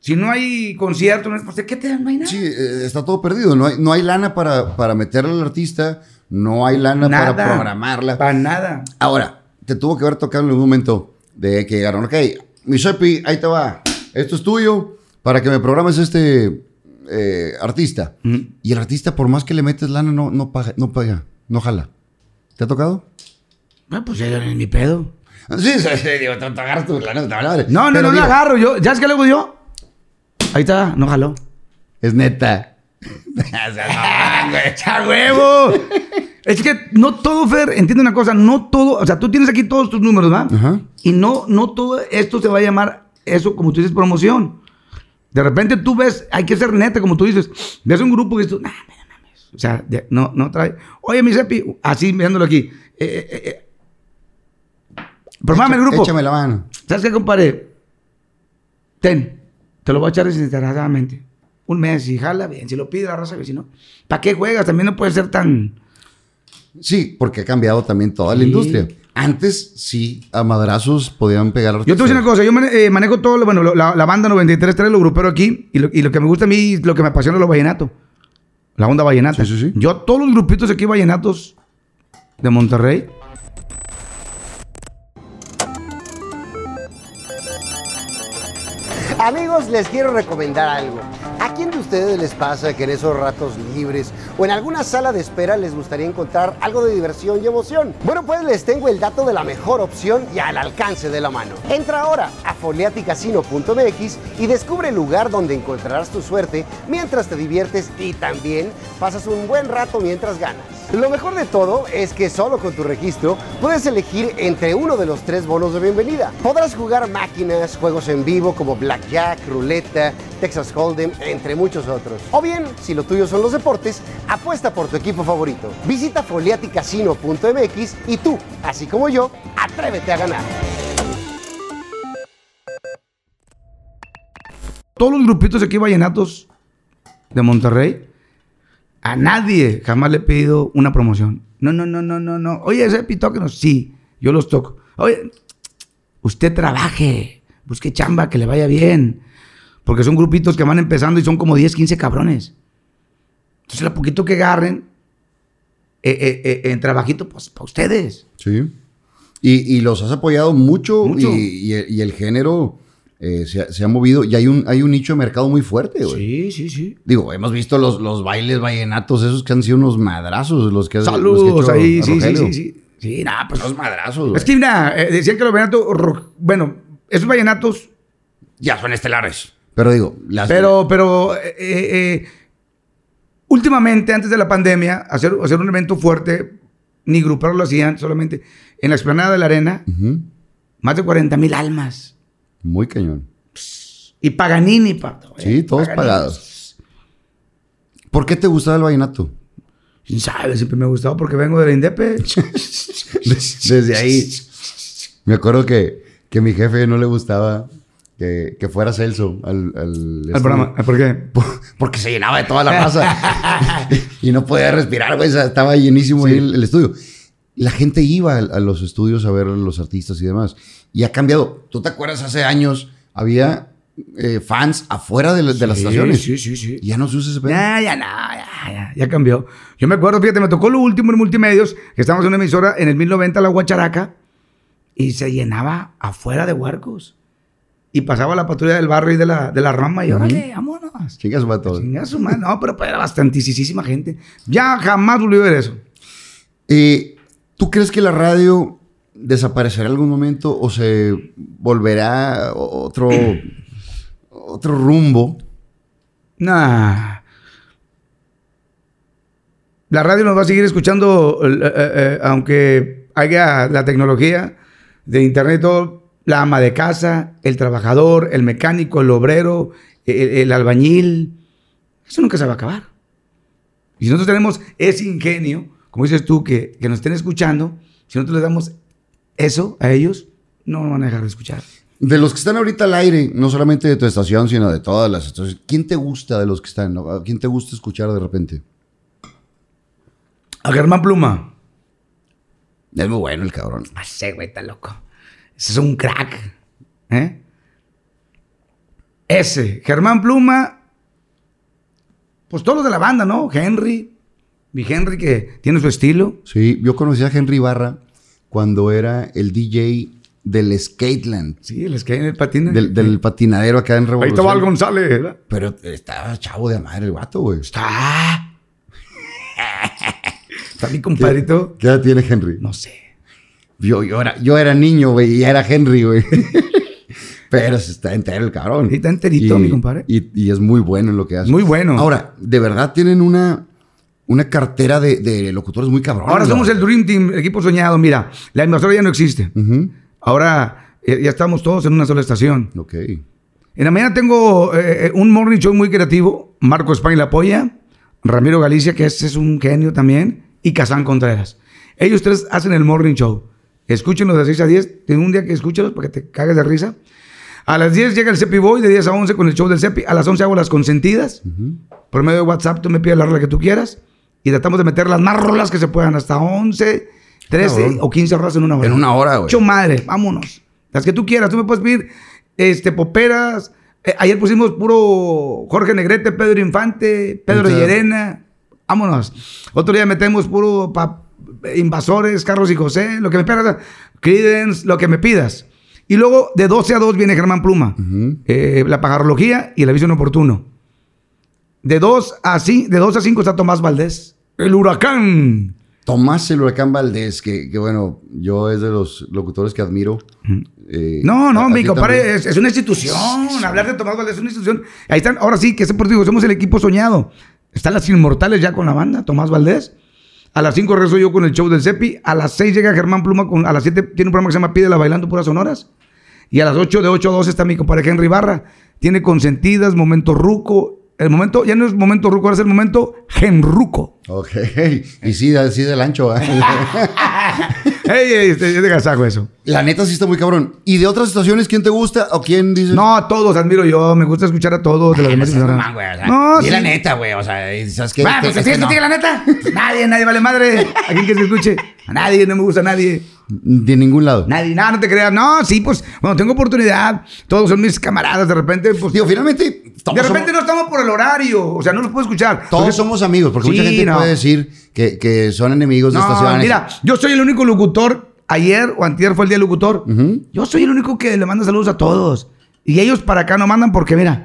si no hay conciertos, no es- pues, ¿de ¿qué te dan? No hay nada. Sí, eh, está todo perdido. No hay, no hay lana para, para meterle al artista, no hay lana nada. para programarla. Para nada. Ahora, te tuvo que haber tocado en algún momento de que llegaron, ok, mi Shepi, ahí te va, esto es tuyo para que me programes este eh, artista. Y el artista, por más que le metes lana, no, no paga, no paga, no jala. ¿Te ha tocado? Bueno, pues ya no es mi pedo. Ah, Sí, <laughs> sí, sí, digo, te, te agarras tu lana, te vale. No, no, Pero no la digo, agarro yo. ¿Ya es que luego yo? Ahí está, no jaló. Es neta. O sea, no, <laughs> güey. ¡A huevo! <laughs> es que no todo, Fer, entiende una cosa, no todo, o sea, tú tienes aquí todos tus números, ¿verdad? Ajá. Y no, no todo esto se va a llamar eso, como tú dices, promoción. De repente tú ves, hay que ser neta, como tú dices, ves un grupo que dices, tú, nah, mira, mames. O sea, de- no, no trae. Oye, mi Sepi, así mirándolo aquí. Eh, eh, eh, eh. Formame el grupo. Échame la mano. ¿Sabes qué, compadre? Ten, te lo voy a echar desinteresadamente. Un mes y jala bien. Si lo pide la raza, que si no. ¿Para qué juegas? También no puede ser tan. Sí, porque ha cambiado también toda la Sí. industria. Antes sí, a madrazos podían pegar Yo te voy a decir una cosa. Yo mane- eh, manejo todo, lo, bueno, lo- la, la banda 93.3, lo grupero aquí. Y lo, y lo que me gusta a mí, lo que me apasiona es lo vallenato. La onda vallenata. Sí, sí, sí. Yo, todos los grupitos aquí vallenatos de Monterrey. Amigos, les quiero recomendar algo. ¿A quién de ustedes les pasa que en esos ratos libres o en alguna sala de espera les gustaría encontrar algo de diversión y emoción? Bueno, pues les tengo el dato de la mejor opción y al alcance de la mano. Entra ahora a foliaticasino.mx y descubre el lugar donde encontrarás tu suerte mientras te diviertes y también pasas un buen rato mientras ganas. Lo mejor de todo es que solo con tu registro puedes elegir entre uno de los tres bonos de bienvenida. Podrás jugar máquinas, juegos en vivo como blackjack, ruleta, Texas Hold'em, entre muchos otros. O bien, si lo tuyo son los deportes, apuesta por tu equipo favorito. Visita foliaticasino.mx y tú, así como yo, atrévete a ganar. todos los grupitos aquí vallenatos de Monterrey, a nadie jamás le he pedido una promoción. No, no, no, no, no, no. Oye, ese pitóquenos, sí, yo los toco. Oye, usted trabaje, busque chamba, que le vaya bien. Porque son grupitos que van empezando y son como 10, 15 cabrones. Entonces, lo poquito que agarren eh, eh, eh, en trabajito, pues para ustedes. Sí. Y, y los has apoyado mucho, Mucho. Y, y el- y el género eh, se, ha- se ha movido y hay un, hay un nicho de mercado muy fuerte, güey. Sí, sí, sí. Digo, hemos visto los, los bailes vallenatos, esos que han sido unos madrazos, los que, los Saludos que ha hecho ahí, a sí, sí, Rogelio. sí, sí. Sí, nada, pues Los madrazos, güey. Es que mira, eh, decían que los vallenatos, ro- bueno, esos vallenatos, ya son estelares. Pero digo, las... pero, pero eh, eh, últimamente, antes de la pandemia, hacer, hacer un evento fuerte, ni gruperos lo hacían, solamente en la explanada de la arena, Ujú. más de 40 mil almas. Muy cañón. Y Paganini, pato. eh, Sí, todos Paganini. pagados. ¿Por qué te gustaba el vallenato? ¿Quién sabe? Siempre me ha gustado porque vengo de <laughs> la Indepe. Desde ahí. Me acuerdo que, que mi jefe no le gustaba que, que fuera Celso al, al al programa. ¿Por qué? Por- <laughs> Porque se llenaba de toda la <laughs> raza. y no podía respirar, güey. o sea, Estaba llenísimo ahí el, el estudio. La gente iba a, a los estudios a ver a los artistas y demás. Y ha cambiado. ¿Tú te acuerdas? Hace años había eh, fans afuera de, la- de las Sí, estaciones. Sí, sí, sí. Ya no se usa ese pedo. Ya, ya, no, ya, ya, ya cambió. Yo me acuerdo, fíjate, me tocó lo último en multimedios, que estábamos en una emisora en el 1090, La Guacharaca, y se llenaba afuera de huarcos. Y pasaba la patrulla del barrio y de la, de la rama, y órale, vámonos. Chingas, vato. Chinga su madre. No, pero pues, era bastantísima gente. Ya jamás volví a ver eso. Eh, ¿Tú crees que la radio desaparecerá en algún momento o se volverá o- <clears throat> otro, otro rumbo? Nah. La radio nos va a seguir escuchando, eh, eh, eh, aunque haya la tecnología de internet, y todo, la ama de casa, el trabajador, el mecánico, el obrero, el, el albañil. Eso nunca se va a acabar. Y si nosotros tenemos ese ingenio, como dices tú, que, que nos estén escuchando, si nosotros les damos eso a ellos, no nos van a dejar de escuchar. De los que están ahorita al aire, no solamente de tu estación, sino de todas las estaciones, ¿quién te gusta de los que están? ¿A ¿Quién te gusta escuchar de repente? A Germán Pluma. Es muy bueno el cabrón. No sé, Ah, güey, está loco. Ese es un crack. ¿Eh? Ese, Germán Pluma. Pues todos los de la banda, ¿no? Henry. Mi Henry que tiene su estilo. Sí, yo conocí a Henry Barra cuando era el DJ del Skateland, Sí, les cae en el patín. del, del patinadero acá en Ahí Revolución. estaba el González. ¿verdad? Pero estaba chavo de madre el vato, güey. Ah. Está. <laughs> Está mi compadrito. ¿Qué edad tiene Henry? No sé. Yo, yo, era, yo era niño, güey, y era Henry, güey. <laughs> Pero se está entero el cabrón. Sí, está enterito, Y- mi compadre. Y, y es muy bueno en lo que hace. Muy bueno. Ahora, de verdad tienen una, una cartera de, de locutores muy cabrones. Ahora somos güey. el Dream Team, el equipo soñado. Mira, la invasora ya no existe. Ujú. Ahora eh, ya estamos todos en una sola estación. Ok. En la mañana tengo eh, eh, un morning show muy creativo. Marco España la polla, Ramiro Galicia, que ese es un genio también, y Kazán Contreras. Ellos tres hacen el morning show. Escúchenlos de 6 a 10. Tengo un día que escúchalos para que te cagues de risa. A las 10 llega el Cepi Boy, de 10 a 11 con el show del Cepi. A las 11 hago las consentidas. Por medio de WhatsApp tú me pides la rola que tú quieras. Y tratamos de meter las más rolas que se puedan. Hasta 11, 13 Cabrón. o 15 rolas en una hora. En una hora, güey. Mucho madre, vámonos. Las que tú quieras, tú me puedes pedir este, poperas. Eh, ayer pusimos puro Jorge Negrete, Pedro Infante, Pedro Ahí está. Llerena. Vámonos. Otro día metemos puro pa- eh, Invasores, Carlos y José, lo que me pidas. Credence, lo que me pidas. Y luego de 12 a 2 viene Germán Pluma, eh, la pajarología y el aviso inoportuno. De 2 a 5, de 2 a 5 está Tomás Valdés. El huracán. Tomás el Huracán Valdés, que, que bueno, yo es de los locutores que admiro. Eh, No, a- no, a mi ti compadre, también. es, es una institución. Hablar de Tomás Valdés es una institución. Ahí están, ahora sí, que ese por digo, somos el equipo soñado. Están las inmortales ya con la banda, Tomás Valdés. A las 5 rezo yo con el show del Cepi. A las 6 llega Germán Pluma. Con, a las 7 tiene un programa que se llama Pídela Bailando Puras Sonoras. Y a las 8, de 8 a 2 está mi compadre Henry Barra. Tiene consentidas, momento ruco. El momento, ya no es momento ruco, ahora es el momento <laughs> genruco. Ok. Y sí, da- sí del ancho, ¿eh? <laughs> ¡Ey, ey! Es de es de gasajo eso. La neta sí está muy cabrón. ¿Y de otras estaciones quién te gusta o quién dice? No, a todos admiro yo. Me gusta escuchar a todos. De las demás No, emisoras. mamá, güey, o sea, No, di sí. la neta, güey. O sea, y ¿sabes qué? Va, Este- pues este así es que no. diga la neta. <laughs> Nadie, nadie vale madre. Aquí que se escuche. A nadie, no me gusta a nadie. De ningún lado. Nadie, nada, no te creas. No, sí, pues, bueno, tengo oportunidad. Todos son mis camaradas. De repente, pues. Digo, finalmente. de todos somos- repente no estamos por el horario. O sea, no los puedo escuchar. Todos Porque- somos amigos, porque mucha Sí, gente no. puede decir que, que son enemigos de No, estaciones. mira, yo soy el único locutor. Ayer o antier fue el día del locutor. Yo soy el único que le manda saludos a todos. Y ellos para acá no mandan porque, mira,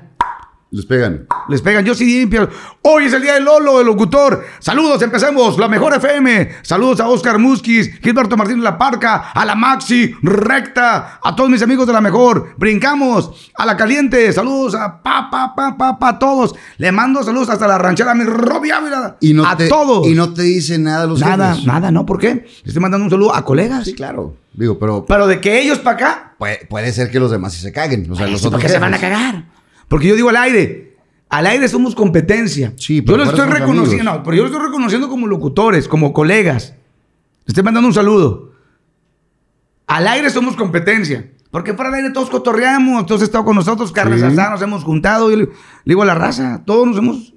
Les pegan. Les pegan, yo sí limpio. Hoy es el día del Lolo, el locutor. Saludos, empecemos. La mejor FM. Saludos a Oscar Musquiz, Gilberto Martínez La Parca, a la Maxi, Recta, a todos mis amigos de la mejor. Brincamos, a la Caliente. Saludos a pa, pa, pa, pa, pa, a todos. Le mando saludos hasta la ranchera, a mi Robbie Ávila. Y no a te, todos. Y no te dicen nada los nada, jefes. nada, ¿no? ¿Por qué? Le estoy mandando un saludo a colegas. Sí, claro. Digo, pero Pero de que ellos para acá, puede, puede ser que los demás sí se caguen. O sea, los Eso, otros ¿Por qué se jefes. van a cagar? Porque yo digo al aire. Al aire somos competencia. Sí, pero yo lo ahora estoy somos reconociendo. amigos. no, pero yo lo estoy reconociendo como locutores, como colegas. Les estoy mandando un saludo. Al aire somos competencia. Porque fuera del aire todos cotorreamos, todos han estado con nosotros, carnes Sí. asadas, nos hemos juntado. Yo le, le digo a la raza, todos nos hemos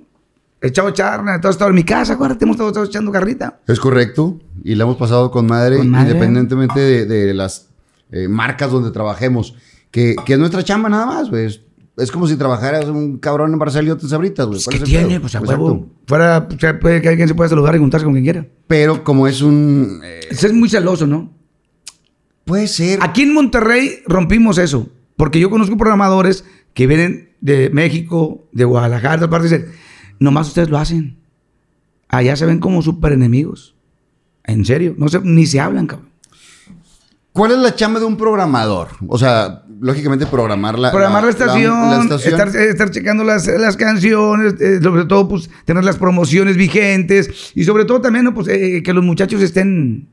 echado charla, todos estado en mi casa, acuérdate, hemos estado, estado echando carrita. Es correcto. Y la hemos pasado con madre, Con madre. independientemente de, de las eh, marcas donde trabajemos. Que, que es nuestra chamba nada más, güey. Es, es como si trabajaras un cabrón en Barcelona ahorita, güey. ¿Cuál ¿Qué es el tiene? pedo? Pues a Exacto. huevo. Fuera, o sea, puede que alguien se pueda saludar y juntarse con quien quiera. Pero como es un. eh, Eso es muy celoso, ¿no? puede ser. Aquí en Monterrey rompimos eso, porque yo conozco programadores que vienen de México, de Guadalajara, de otras partes, y dicen, nomás ustedes lo hacen. Allá se ven como super enemigos. En serio, no se, ni se hablan, cabrón. ¿Cuál es la chamba de un programador? O sea, lógicamente programar la. Programar la, estación, la estación. eh, Estar, estar checando las, las canciones, eh, sobre todo pues tener las promociones vigentes y sobre todo también ¿no? pues, eh, que los muchachos estén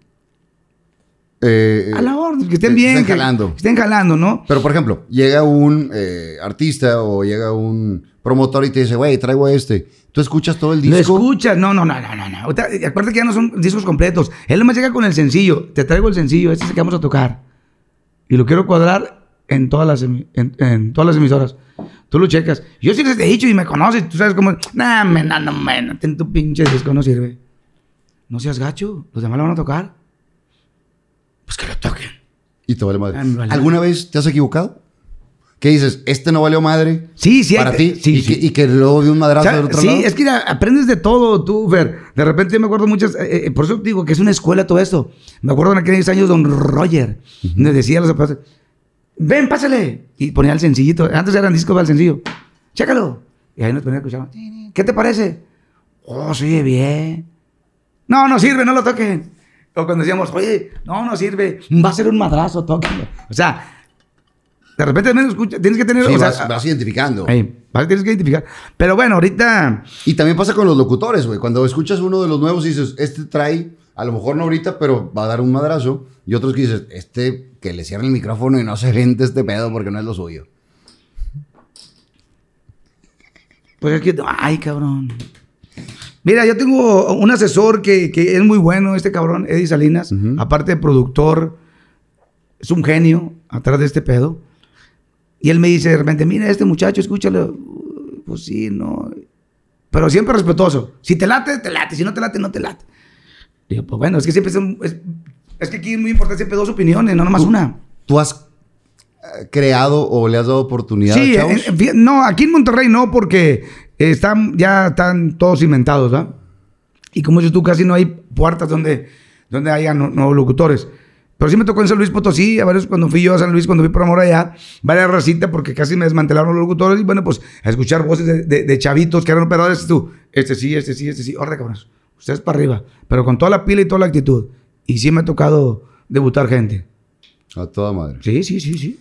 Eh, a la orden, que eh, estén bien, estén que jalando. estén jalando, ¿no? Pero, por ejemplo, llega un eh, artista o llega un promotor y te dice, güey, traigo este. Tú escuchas todo el Lo disco. escuchas. No, no, no, no, no. no. Ahorita, eh, acuérdate que ya no son discos completos. Él nomás llega con el sencillo. Te traigo el sencillo, este es el que vamos a tocar. Y lo quiero cuadrar en todas las, emi- en, en todas las emisoras. Tú lo checas. Yo sí les he dicho y me conoces. Tú sabes cómo. Nah, me, no, no, me, no, ten tu pinche disco, no sirve. No seas gacho. Los demás lo van a tocar. Pues que lo toquen. Y te vale madre. Ah, me vale. ¿Alguna vez te has equivocado? ¿Qué dices? Este no valió madre. Sí, sí. hay para que- ti. Sí, y, sí. Que, y que luego de un madrazo O sea, del otro sí, lado. es que mira, aprendes de todo tú, Fer. De repente yo me acuerdo muchas, eh, eh, por eso digo que es una escuela todo esto. Me acuerdo en aquellos años don Roger me decía a los zapatos, ven, pásale. Y ponía el sencillito. Antes eran discos para el sencillo. Chécalo. Y ahí nos ponía a escuchar. ¿Qué te parece? Oh, se oye bien. No, no sirve, no lo toquen. O cuando decíamos, oye, no, no sirve, va a ser un madrazo, tóquenlo. O sea, de repente también escucha, tienes que tener. Sí, o sea, ah, vas, vas identificando. Ey, vas- tienes que identificar. Pero bueno, ahorita. Y también pasa con los locutores, güey. Cuando escuchas uno de los nuevos y dices, este trae, a lo mejor no ahorita, pero va a dar un madrazo. Y otros que dices, este, que le cierren el micrófono y no se vente este pedo porque no es lo suyo. Pues es que, ay, cabrón. Mira, yo tengo un asesor que, que es muy bueno, este cabrón, Eddie Salinas. Aparte de productor, es un genio atrás de este pedo. Y él me dice de repente, mira, este muchacho, escúchalo. Uy, Pues sí, no. Pero siempre respetuoso. Si te late, te late. Si no te late, no te late. Digo, pues bueno, es que siempre son- es, es que aquí es muy importante siempre dos opiniones, no nomás una. ¿Tú has eh, creado o le has dado oportunidad Sí, eh, a chavos? en- en fie- no, aquí en Monterrey no, porque eh, están, ya están todos inventados, ¿verdad? Y como dices tú, casi no hay puertas donde, donde haya no- nuevos locutores. Pero sí me tocó en San Luis Potosí, a varios cuando fui yo a San Luis, cuando fui por amor allá, varias racitas porque casi me desmantelaron los locutores y bueno, pues a escuchar voces de, de- de chavitos que eran operadores, y tú, este sí, este sí, este sí, órale cabrón, ustedes para arriba, pero con toda la pila y toda la actitud. Y sí me ha tocado debutar gente. A toda madre. Sí, sí, sí, sí.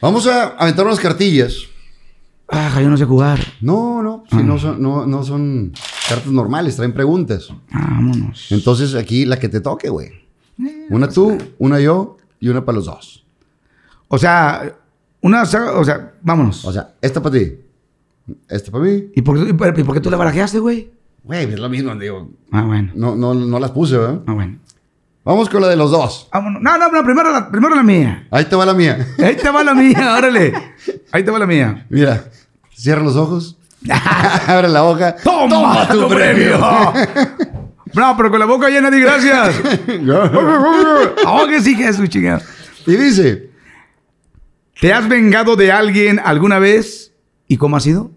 Vamos a aventar unas cartillas. Ah, yo no sé jugar. No, no, si no, son, no, no son cartas normales, traen preguntas. Vámonos. Entonces aquí la que te toque, güey. Una tú, una yo y una para los dos. O sea, una saga- o sea, vámonos. O sea, esta para ti, esta para mí. ¿Y, por, qué- y por- y por qué tú la barajeaste, güey? Güey, es lo mismo, digo. Ah, bueno. No, no, no las puse, ¿verdad? Ah, bueno. Vamos con la de los dos. Vámonos. No, no, no, primero la, primero la mía. Ahí te va la mía. <laughs> Ahí te va la mía, órale. Ahí te va la mía. Mira, cierra los <laughs> ojos. Abre la hoja. ¡Toma, tu, premio! no, pero con la boca llena de gracias. <laughs> oh, que sí, Jesús, chingada. <laughs> y dice, ¿Te has vengado de alguien alguna vez? ¿Y cómo ha sido?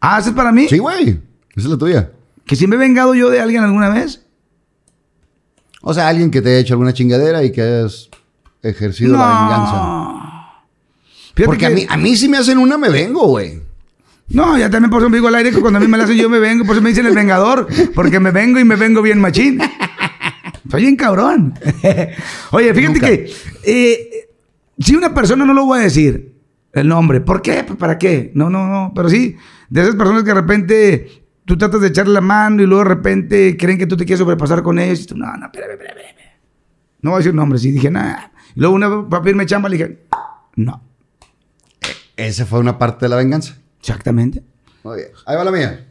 Ah, ¿eso es para mí? sí, güey. Esa es la tuya. ¿Que si me he vengado yo de alguien alguna vez? O sea, alguien que te haya hecho alguna chingadera y que hayas ejercido la venganza. Fíjate Porque a, que- mí, a mí si me hacen una, me vengo, güey. No, ya también por eso me digo al aire que cuando a mí me la hacen yo me vengo, por eso me dicen el vengador, porque me vengo y me vengo bien machín. Soy bien cabrón. <laughs> Oye, fíjate Nunca. que eh, si una persona no lo voy a decir el nombre, ¿por qué? Pues, ¿Para qué? No, no, no, pero sí, de esas personas que de repente tú tratas de echarle la mano y luego de repente creen que tú te quieres sobrepasar con ellos y tú, no, no, espérame, espérame, espérame. No voy a decir nombres y dije, nada. Y luego una vez para pedirme chamba le dije, no, Esa fue una parte de la venganza. exactamente. <laughs> Muy bien. Ahí va la mía.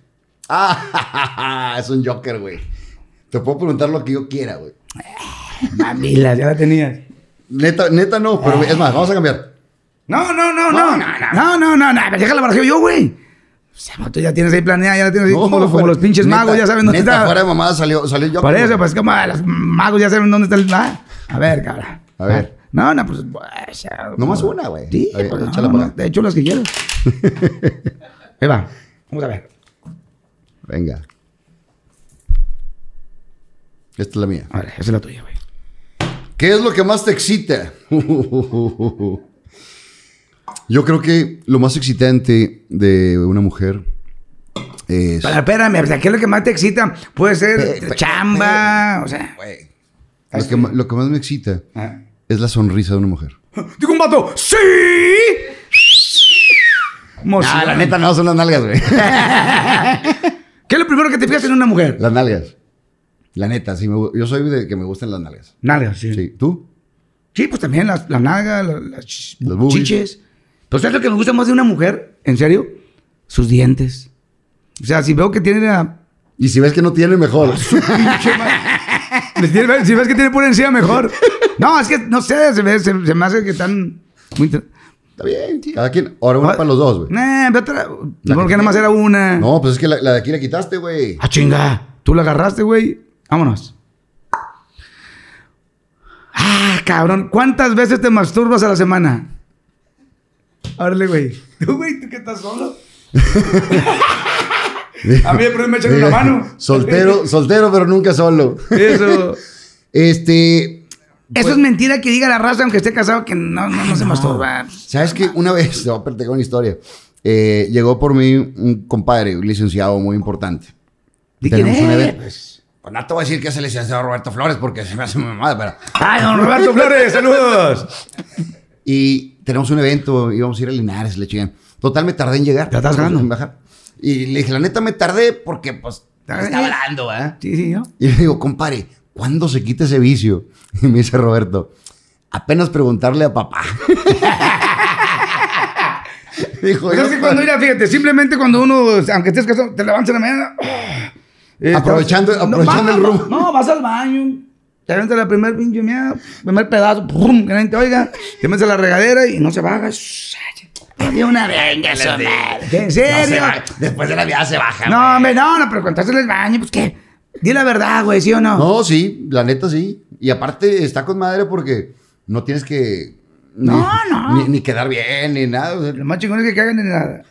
Ah, <laughs> es un Joker, güey. Te puedo preguntar lo que yo quiera, güey. Mamila, ya la tenías. Neta, neta no, pero es más, vamos a cambiar. No, no, no, no. No, no, no, no. no, Déjala barajeo yo, güey. O sea, tú ya tienes ahí planeada, ya la tienes ahí como, los- como fuera- los pinches neta, magos, ya saben dónde neta, está. fuera de mamada salió, salió el Joker. Por eso, güey. pues como ah, los magos ya saben dónde está el. ah, A ver, cabrón. A ver. No, no, pues. ah, ya, Nomás una, güey. Sí, A ver, pues, no, échala para no, acá. De hecho, las <laughs> que quieras. ahí va. Vamos a ver. Venga. Esta es la mía. A ver, esa es la tuya, güey. ¿Qué es lo que más te excita? <laughs> Yo creo que lo más excitante de una mujer es... Pero espérame, o sea, ¿qué es lo que más te excita? Puede ser Pe- pe- chamba, o sea. Güey, Lo Este. que, ma- lo que más me excita Ah. es la sonrisa de una mujer. Digo un vato, ¡sí! Emoción. <laughs> no, son las nalgas, güey. ¿Qué es lo primero que te fijas en una mujer? <laughs> Las nalgas. La neta, sí, me gu- yo soy de que me gustan las nalgas. Nalgas, sí. sí. Sí, ¿tú? pues también las la nalgas, la- las ch- Las boobies. chiches. Pero ¿sabes lo que me gusta más de una mujer? ¿En serio? Sus dientes. O sea, si veo que tiene la... Y si ves que no tiene, mejor. Ah, les tiene- si ves que tiene pura <laughs> encía, mejor. No, es que, no sé, se, ve- se, se me hace que están... Muy inter- <laughs> Está bien, cada quien. Ahora Ah. una para los dos, güey. Nah, ve otra... La Porque que- nada más era una. No, pues es que la, la de aquí la quitaste, güey. ¡Ah, chinga! Tú la agarraste, güey. Vámonos. ¡Ah, cabrón! ¿Cuántas veces te masturbas a la semana? Árale, güey. <laughs> Tú, güey, tú que estás solo. <laughs> a mí de pronto me echan una <laughs> mano. Soltero, soltero, pero nunca solo. <laughs> Eso. Este, Eso es mentira que diga la raza, aunque esté casado, que no, no, Pues- no se masturba. ¿sabes qué? Una vez, <laughs> te voy a platicar una historia. Eh, llegó por mí un compadre, un licenciado muy importante. ¿De Tenemos un quién evento. es? Pues no te voy a decir que es el licenciado Roberto Flores porque se me hace muy mal, pero. ¡Ay, don Roberto Flores! ¡Saludos! Y tenemos un evento, íbamos a ir a Linares, le chingan. Total, me tardé en llegar. Te estás ganando. En bajar. Y le dije, la neta me tardé porque, pues, Ah, está eh. hablando, ¿eh? Sí, sí, ¿no? Y le digo, compadre, ¿cuándo se quita ese vicio? <laughs> Y me dice Roberto, apenas preguntarle a papá. <laughs> Dijo, Pues yo, es que cuando mira, fíjate, simplemente cuando uno, aunque estés casado, te levantas en la mañana. eh, Aprovechando- te vas- aprovechando no, el va- rumbo. No, vas al baño. Te aventas la primer pinche mía, primer pedazo, ¡pum! que nadie te oiga, te metes a la regadera y no se baja. Y una venga, su madre. ¿En no se serio? va- después de la vida se baja. güey. No, hombre, no, no, pero cuando estás en el baño, pues qué. Di la verdad, güey, ¿sí o no? No, sí, la neta sí. Y aparte está con madre porque no tienes que. ni- No, no. Ni, ni quedar bien, ni nada. o sea, Lo más chingón es que caigan en la.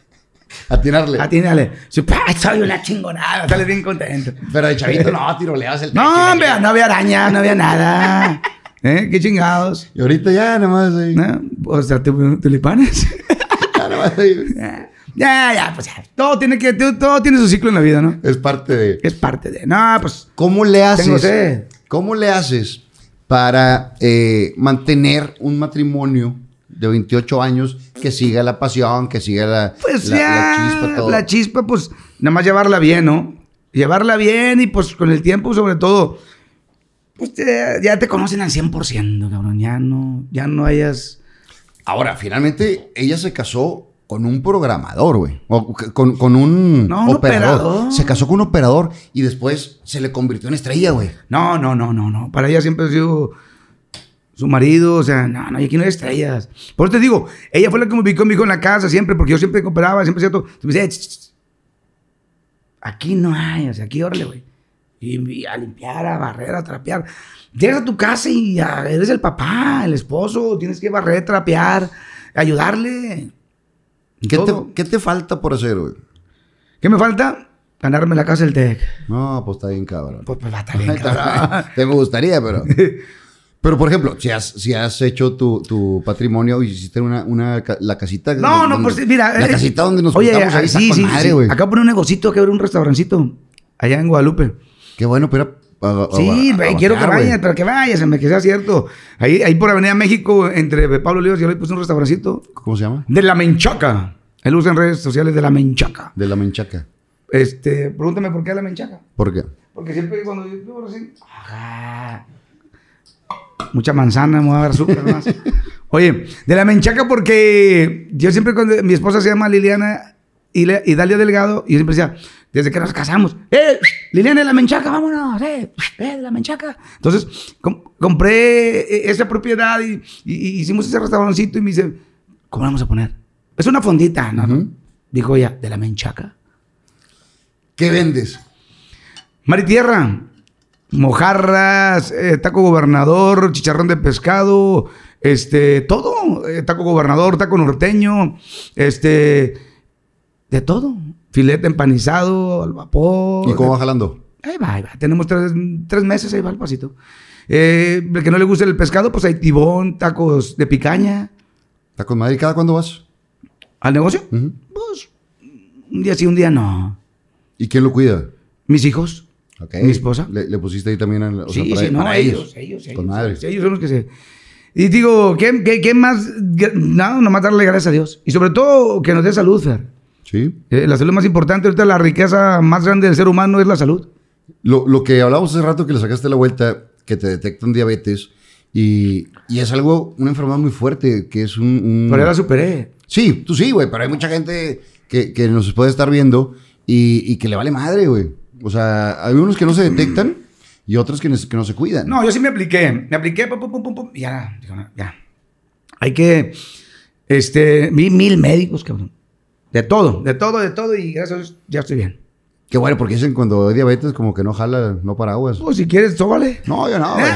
atinarle. Atínale. Sí, pa, Soy una chingonada, sales bien contento. Pero de chavito <laughs> no, tiroleabas el techo. No, hombre, no había araña, no <laughs> había nada. ¿Eh? Qué chingados. Y ahorita ya, nomás. ahí, ¿No? O sea, tu- <laughs> tulipanes. ya nomás <laughs> ahí. ya, ya, pues ya. Todo tiene, que, todo, todo tiene su ciclo en la vida, ¿no? Es parte de. Es parte de. No, pues. ¿Cómo le Tengo haces? sed. ¿Cómo le haces para eh, mantener un matrimonio de 28 años que siga la pasión, que siga la, Pues la- la ya. chispa, todo? La chispa, pues. Nada más llevarla bien, ¿no? Llevarla bien y pues con el tiempo, sobre todo. Pues te- ya te conocen al 100%, cabrón. Ya no, ya no hayas. Ahora, finalmente, ella se casó con un programador, güey. O c- con, con un, No, un operador. operador. Se casó con un operador y después se le convirtió en estrella, güey. No, no, no, no, no. Para ella siempre ha sido su marido. O sea, no, no, y aquí no hay estrellas. Por eso te digo, ella fue la que me ubicó, me dijo en la casa siempre, porque yo siempre cooperaba, siempre hacía todo. Entonces me decía, "Ch, ch, ch". aquí no hay, o sea, aquí órale, güey. Y, y a limpiar, a barrer, a trapear. Llegas a tu casa y ya eres el papá, el esposo, tienes que barrer, trapear, ayudarle. ¿Qué te, Todo. qué te falta por hacer, güey? ¿Qué me falta? Ganarme la casa del TEC. No, pues está bien, cabrón. Pues, pues va a <laughs> estar bien, cabrón. Te me gustaría, <laughs> pero. Pero, por ejemplo, si has, si has hecho tu, tu patrimonio y hiciste una, una ca- la casita. No, no, donde- pues mira. La eh, casita donde nos oye, juntamos ahí, ah, está sí, con sí, madre, sí. güey. Acá poner un negocito, que abrir un restaurancito. Allá en Guadalupe. Qué bueno, pero. a- a- sí, ah, a- a- güey, a- quiero que bajar, güey. vayas, pero que vayas, me que sea cierto. Ahí, ahí por Avenida México, entre Pablo Olivas, yo le puse un restaurancito. ¿Cómo se llama? De la Menchaca. Él usa en redes sociales de la Menchaca. De la manchaca. Este, pregúntame por qué la Menchaca. ¿Por qué? Porque siempre cuando yo yo recién. Ajá. Mucha manzana, me voy a dar azúcar <laughs> más. Oye, de la menchaca, porque yo siempre cuando mi esposa se llama Liliana y le- y Dalia Delgado, y yo siempre decía, desde que nos casamos, ¡eh! Liliana de la menchaca, vámonos, ¡eh! ¡eh! De la menchaca. Entonces, com- compré eh, esa propiedad y, y- y hicimos ese restaurancito y me dice, ¿cómo la vamos a poner? Es una fondita, ¿no? Ujú. Dijo ella, de la menchaca. ¿Qué vendes? Maritierra, mojarras, eh, taco gobernador, chicharrón de pescado, este, todo, eh, taco gobernador, taco norteño, este, de todo, filete empanizado, al vapor. ¿Y cómo va jalando? Ahí va, ahí va. Tenemos tres, tres meses, ahí va el pasito. Eh, el que no le guste el pescado, pues hay tibón, tacos de picaña. ¿Está con madre? ¿Y cada cuándo vas? ¿Al negocio? Ujú. Pues, un día sí, un día no. ¿Y quién lo cuida? Mis hijos. Ok. ¿Mi esposa? Le, le pusiste ahí también. al- o sea, sí, para- e-, sí, no, para ellos, ellos, ellos. Con madre. Sí, ellos son los que se... Y digo, ¿qué, qué, qué más? Gra- Nada, nomás darle gracias a Dios. Y sobre todo, que nos dé salud, Fer. Sí. Eh, la salud más importante, ahorita la riqueza más grande del ser humano es la salud. Lo, lo que hablábamos hace rato que le sacaste la vuelta, que te detectan diabetes y, y es algo, una enfermedad muy fuerte, que es un... un- Pero ya la superé. Sí, tú sí, güey, pero hay mucha gente que, que nos puede estar viendo y, y que le vale madre, güey. O sea, hay unos que no se detectan y otros que, nes- que no se cuidan. No, yo sí me apliqué. Me apliqué, pum, pum, pum, pum, pum, y ya, digo, no, ya. Hay que, este, vi mil médicos, cabrón. De todo, de todo, de todo, y gracias a Dios ya estoy bien. Qué bueno, porque dicen cuando hay diabetes como que no jala, no paraguas. Pues si quieres, tómale. No, yo Ah, no, güey.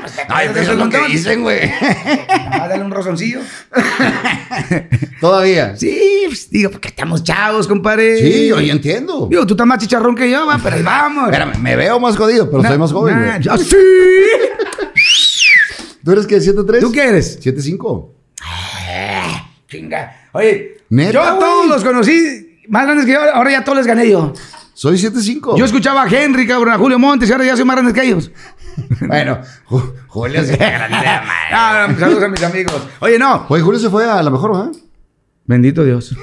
pues, <laughs> Ay, pero eso es lo que dicen, <laughs> güey. Dale un rozoncillo. Todavía. Sí, Sí, pues, digo, porque estamos chavos, compadre. yo, yo entiendo. Digo, tú estás más chicharrón que yo, va, <laughs> pero ahí vamos. Espérame, me veo más jodido, pero Na- soy más joven, na- güey. yo- ¡Ah, sí. <laughs> ¿Tú eres qué, 7'3"? ¿Tú qué eres? 7'5". Chinga. Oye, Neta, yo a güey. todos los conocí más grandes que yo, ahora ya a todos les gané yo. Soy 7'5". Yo escuchaba a Henry, cabrón, a Julio Montes, y ahora ya soy más grande que ellos. <laughs> Bueno, Ju- Julio <laughs> se Ah, saludos a mis amigos. Oye, no. Oye, Julio se fue a la mejor, ¿ah? Bendito Dios.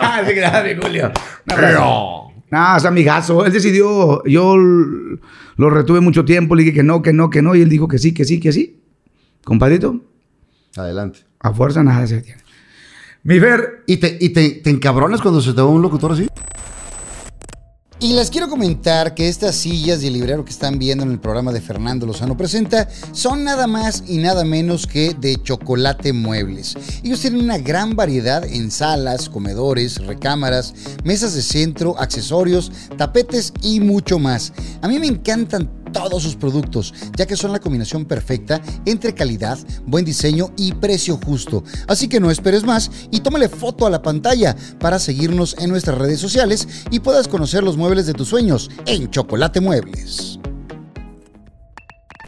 ah, sí, <laughs> gracias, Julio. Un abrazo. No, es amigazo. Él decidió, yo l- lo retuve mucho tiempo, le dije que no, que no, que no, y él dijo que sí, que sí, que sí. Compadrito, Adelante. a fuerza nada se tiene. Mi Fer, ¿Y, te, y te, te encabronas cuando se te va un locutor así? Y les quiero comentar que estas sillas de librero que están viendo en el programa de Fernando Lozano Presenta son nada más y nada menos que de chocolate muebles. Ellos tienen una gran variedad en salas, comedores, recámaras, mesas de centro, accesorios, tapetes y mucho más. A mí me encantan todos sus productos, ya que son la combinación perfecta entre calidad, buen diseño y precio justo. Así que no esperes más y tómale foto a la pantalla para seguirnos en nuestras redes sociales y puedas conocer los muebles de tus sueños en Chocolate Muebles.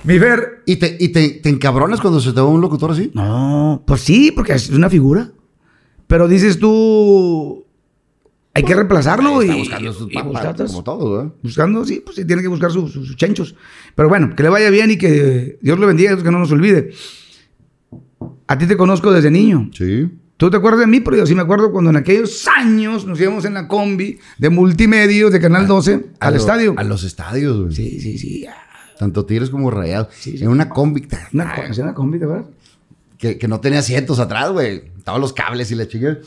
mi Fer. ¿Y te, y te, te encabronas cuando se te va un locutor así? No, pues sí, porque es una figura. Pero dices tú, hay que reemplazarlo y, Está buscando sus y papas, buscar otras- como todos, ¿eh? Buscando, sí, pues sí, tiene que buscar su- su- sus chenchos. Pero bueno, que le vaya bien y que Dios le bendiga, que no nos olvide. A ti te conozco desde niño. Sí. Tú te acuerdas de mí, pero yo sí me acuerdo cuando en aquellos años nos íbamos en la combi de multimedia de Canal 12 A al lo- estadio. A los estadios, güey. Sí, sí, sí. ah, Tanto tigres como rayados. En una combi ta- Una, co- una combi, ¿te acuerdas? que, que no tenía asientos atrás, güey. Estaban los cables y la chingada.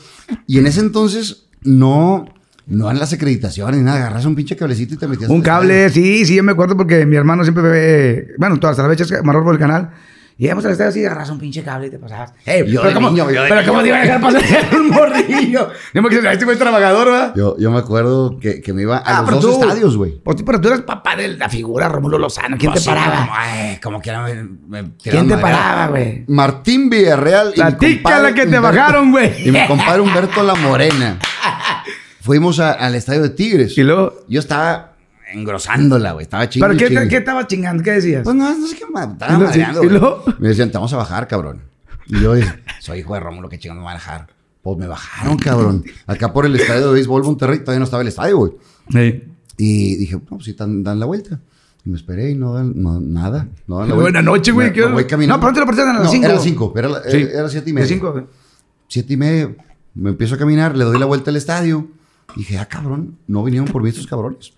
Y en ese entonces no, no en las acreditaciones ni nada. Agarras un pinche cablecito y te metías. Un al cable, sí, sí, yo me acuerdo porque mi hermano siempre ve, bueno, todas las veces marrón por el canal. Y íbamos al estadio así, agarras un pinche cable y te pasabas. Ey, Yo pero de ¿cómo, niño, yo de pero niño. ¿cómo te iba a dejar pasar <laughs> un morrillo? Yo me quedé, este güey es trabajador, ¿verdad? Yo, yo me acuerdo que, que me iba a los Ah, pero dos estadios, güey. Pues, sí, pero tú eras papá de la figura Romulo Lozano. ¿Quién te paraba? Como, ay, como que me, me ¿Quién tiraron te madera. paraba, güey? Martín Villarreal y mi Platícala compadre que te Humberto- bajaron, güey. Y mi compadre Humberto La Morena. Fuimos a- al estadio de Tigres. Y luego. Yo estaba engrosándola, güey. Estaba chingando. ¿Pero qué, qué estabas chingando? ¿Qué decías? Pues no, no sé qué ma- estaba Y lo- madreando, y güey. lo- Me decían, te vamos a bajar, cabrón. Y yo dije, soy hijo de Rómulo, qué chingón me van a bajar. Pues me bajaron, cabrón. Acá por el estadio de béisbol Monterrey, todavía no estaba el estadio, güey. Sí. Eh, Y dije, no, pues sí, dan, dan la vuelta. Y me esperé y no dan no, nada. No dan la Buena vuelta. noche, güey, Me- ¿qué me hora? voy caminando. No, pero antes la partida eran a las No, cinco. Era a las 5, era, la- Sí. era 7 y media. De cinco, güey. Siete y media, me empiezo a caminar, le doy la vuelta al estadio. Dije, ah, cabrón, no vinieron por mí estos cabrones.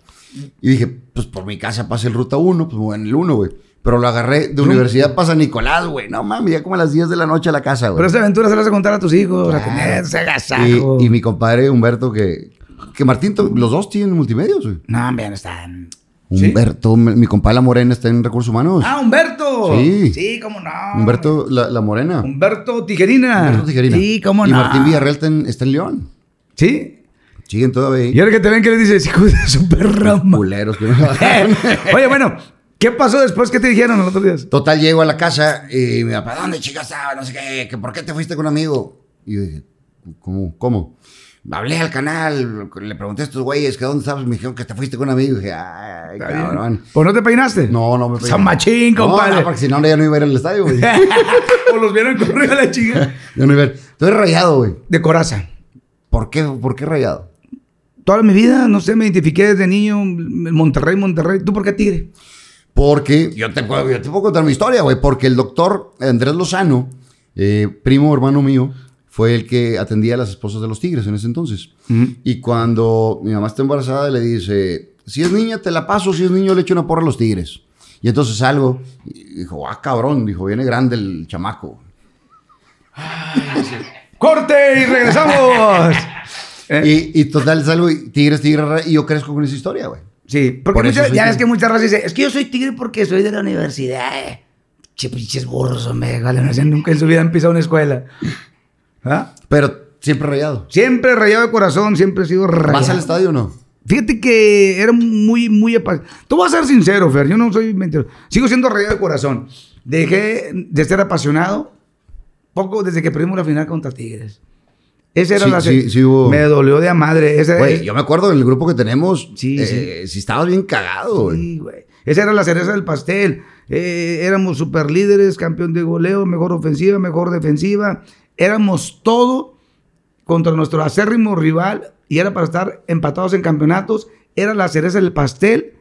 Y dije, pues por mi casa pasa el ruta 1, pues me voy en el 1, güey. Pero lo agarré de universidad para San Nicolás, güey. No mames, ya como a las 10 de la noche a la casa, Pero güey. esas aventuras se las vas a contar a tus hijos, a tener ese agasajo. Y, y mi compadre Humberto, que, que Martín, to- los dos tienen multimedios, güey. No, hombre, no están. ¿Sí? Humberto, mi mi compadre La Morena está en Recursos Humanos. ¡Ah, Humberto! Sí. Sí, cómo no. Humberto la, La Morena. Humberto Tijerina. Humberto Tijerina. Sí, cómo Y no. Martín Villarreal está en, está en León. Sí. Siguen todavía ahí. Y ahora que te ven, ¿qué le dices? Hijo de su perra, madre. Culeros que <laughs> no la bajaron. Oye, bueno, ¿qué pasó después? ¿Qué te dijeron los otros días? Total, llego a la casa y mi papá, ¿dónde chica estaba? No sé qué, que ¿por qué te fuiste con un amigo? Y yo dije, ¿cómo? ¿Cómo? Hablé al canal, le pregunté a estos güeyes que dónde estabas, me dijeron que te fuiste con un amigo. Y dije, ay, cabrón. ¿O no te peinaste? No, no me San Machín, No, compadre. No, porque si no, ya no iba a ir al estadio, güey. ya <laughs> o los vieron correr a la chica. no iba a ir. Estoy rayado, güey. De coraza. ¿Por qué, ¿Por qué rayado? Toda mi vida, no sé, me identifiqué desde niño. Monterrey, Monterrey. ¿Tú por qué tigre? Porque yo te, puedo- yo te puedo contar mi historia, güey. Porque el doctor Andrés Lozano, eh, primo hermano mío, fue el que atendía a las esposas de los tigres en ese entonces. Y cuando mi mamá está embarazada, le dice: Si es niña, te la paso. Si es niño, le echo una porra a los tigres. Y entonces salgo. Y dijo: Ah, cabrón. Dijo: Viene grande el chamaco. ¡Corte y regresamos! <laughs> Eh, Y, y total, salgo y tigres, tigres. ra- Y yo crezco con esa historia, güey. sí, porque por eso muchas- soy ya tigre. ves que muchas razas dicen, es que yo soy tigre porque soy de la universidad. eh". Che, pinches burros, hombre. vale, no sé, nunca en su vida han pisado una escuela. ¿Ah? Pero siempre rayado. Siempre rayado de corazón, siempre he sido rayado. ¿Vas al estadio o no? Fíjate que era muy, muy apasionado. Te voy a ser sincero, Fer, yo no soy mentiroso. Sigo siendo rayado de corazón. Dejé de ser apasionado poco desde que perdimos la final contra Tigres. Esa era Sí, la... sí, sí hubo- Me dolió de a madre. Esa, Güey, yo me acuerdo del grupo que tenemos. Eh. Sí, eh, Si estabas bien cagado, güey. Sí, güey. Esa era la cereza del pastel. Eh, éramos super líderes, campeón de goleo, mejor ofensiva, mejor defensiva. Éramos todo contra nuestro acérrimo rival y era para estar empatados en campeonatos, era la cereza del pastel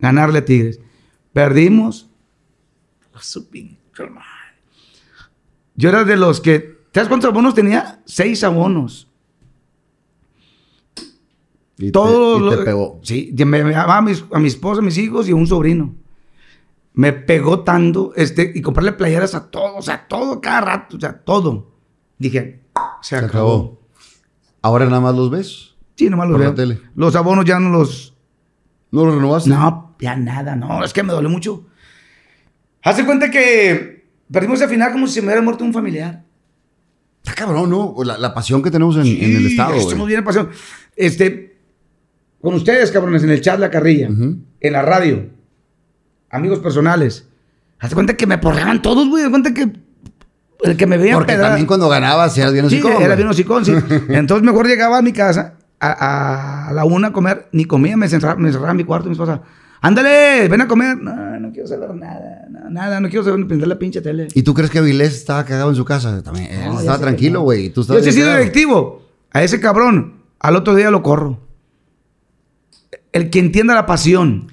ganarle a Tigres. Perdimos. A su pinche madre. Yo era de los que. ¿Sabes cuántos abonos tenía? Seis abonos. Y te- Todo y te, lo- pegó. Sí, y me, me llamaba a, mis- a mi esposa, a mis hijos y a un sobrino. Me pegó tanto este, y comprarle playeras a todos, a todo, cada rato, o sea, todo. Dije, se, Se acabó. acabó. Ahora nada más los ves. Sí, nomás los Por la veo. tele. Los abonos ya no los. ¿No los renovaste? No, ya nada, no, es que me dolió mucho. Hace cuenta que perdimos al final como si se me hubiera muerto un familiar. Está cabrón, ¿no? Pues La, la pasión que tenemos en, en el Sí, Estado. güey. Estamos bien apasionados. Este, con ustedes, cabrones, en el chat La Carrilla, Ujú. en la radio, amigos personales. Haz de cuenta que me porreaban todos, güey. Haz de cuenta que el que me veía Porque pedrada- también cuando ganabas eras bien Sí, hocicón, era güey. <laughs> bien hocicón, sí. Entonces mejor llegaba a mi casa a, a la una a comer, ni comía, me encerraba, me encerraba en mi cuarto, mi esposa. Ándale, ven a comer. No, no quiero saber nada, no, nada, no quiero saber ni prender la pinche tele. ¿Y tú crees que Vilés estaba cagado en su casa? También, él No, ya estaba sé tranquilo, que no. güey. y tú Yo estabas sí he bien sido cagado. directivo. A ese cabrón, al otro día lo corro. El que entienda la pasión.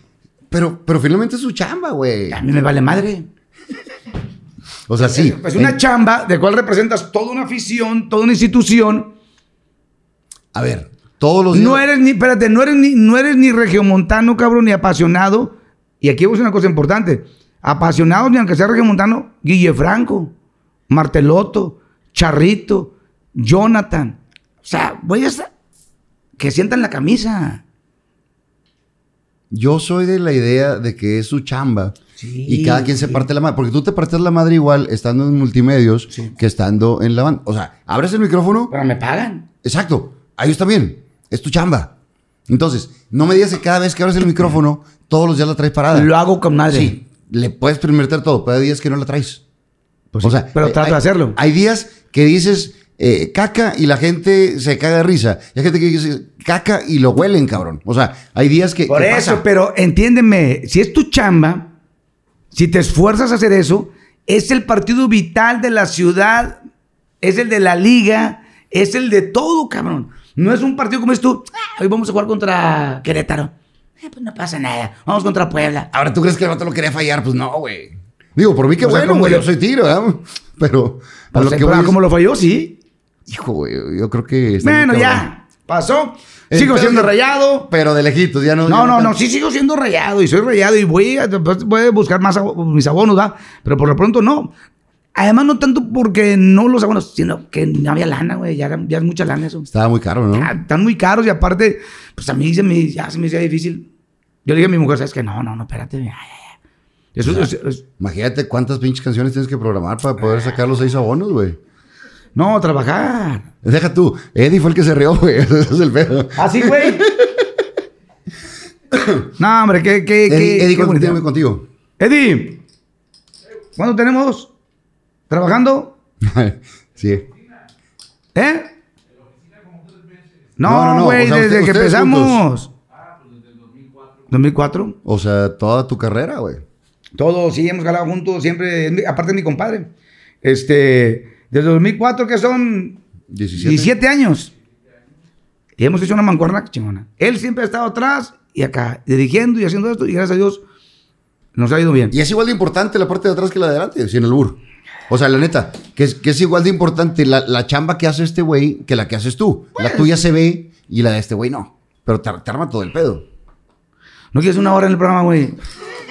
Pero, pero finalmente es su chamba, güey. A mí me vale madre. O sea, sí. Es una en- chamba de cual representas toda una afición, toda una institución. A ver, todos los días. No eres ni, espérate, no eres ni, no eres ni regiomontano, cabrón, ni apasionado. Y aquí voy a decir una cosa importante. Apasionados, ni aunque sea regiomontano, Guille Franco, Marteloto, Charrito, Jonathan. O sea, güeyes que sientan la camisa. Yo soy de la idea de que es su chamba. Sí. y cada quien se parte la madre. Porque tú te partes la madre igual estando en multimedios que estando en la banda. O sea, abres el micrófono. Pero me pagan. Exacto. A ellos también. Es tu chamba. Entonces, no me digas que cada vez que abres el micrófono, todos los días la traes parada. Lo hago con madre. Sí, le puedes permitir todo, pero hay días que no la traes. o sea, Pues pero eh, trato hay- de hacerlo. Hay días que dices eh, caca y la gente se caga de risa. Y hay gente que dice caca y lo huelen, cabrón. O sea, hay días que. Por que eso, pasa. pero entiéndeme, si es tu chamba, si te esfuerzas a hacer eso, es el partido vital de la ciudad, es el de la liga, es el de todo, cabrón. No es un partido como es tú. "Ah, hoy vamos a jugar contra Querétaro. Eh, pues no pasa nada. Vamos contra Puebla. Ahora, ¿tú crees que el vato lo quería fallar? Pues no, güey. Digo, por mí que O sea, bueno, como güey. yo- Yo soy tiro, ¿verdad? <laughs> Pero. a Pues, lo que pero voy ah, es- como lo falló, sí. Hijo, güey, yo creo que. está muy Bueno, cabrón. ya. Pasó. El Sigo pedo siendo es que- rayado. Pero de lejitos, ya no. ya No, no, no, tanto. sí sigo siendo rayado y soy rayado y voy a, voy a buscar más abo- mis abonos, ¿verdad? Pero por lo pronto no. Además, no tanto porque no los abonos, sino que no había lana, güey. Ya, era- ya es mucha lana eso. Estaba muy caro, ¿no? Ah, Están muy caros y aparte, pues a mí se me, ya se me hacía difícil. Yo le dije a mi mujer, ¿sabes que No, no, no, espérate. ay, ay, ay". Eso, es- es- Imagínate cuántas pinches canciones tienes que programar para Ah. poder sacar los seis abonos, güey. no, trabajar. Deja tú, Eddie fue el que se rió, <laughs> güey. Ese es el pedo. Así, güey. <coughs> no, hombre, qué, qué, qué. Eddie, Eddie qué ¿cuánto bonito. tiempo contigo? <laughs> Eddie, ¿cuándo tenemos? ¿Trabajando? sí. ¿Eh? No, no, No, no, güey, o sea, desde usted- que ustedes empezamos. ¿2004? O sea, toda tu carrera, güey. Todos sí hemos ganado juntos, siempre, es mi- aparte de mi compadre. Este, desde 2004 que son 17. 17 años. Y hemos hecho una mancuerna chingona. Él siempre ha estado atrás y acá, dirigiendo y haciendo esto, y gracias a Dios nos ha ido bien. Y es igual de importante la parte de atrás que la de adelante, sin el bur. O sea, la neta, que es, que es igual de importante la, la chamba que hace este güey que la que haces tú. Pues. la tuya se ve y la de este güey no. Pero te, ar- te arma todo el pedo. No quieres una hora en el programa, güey.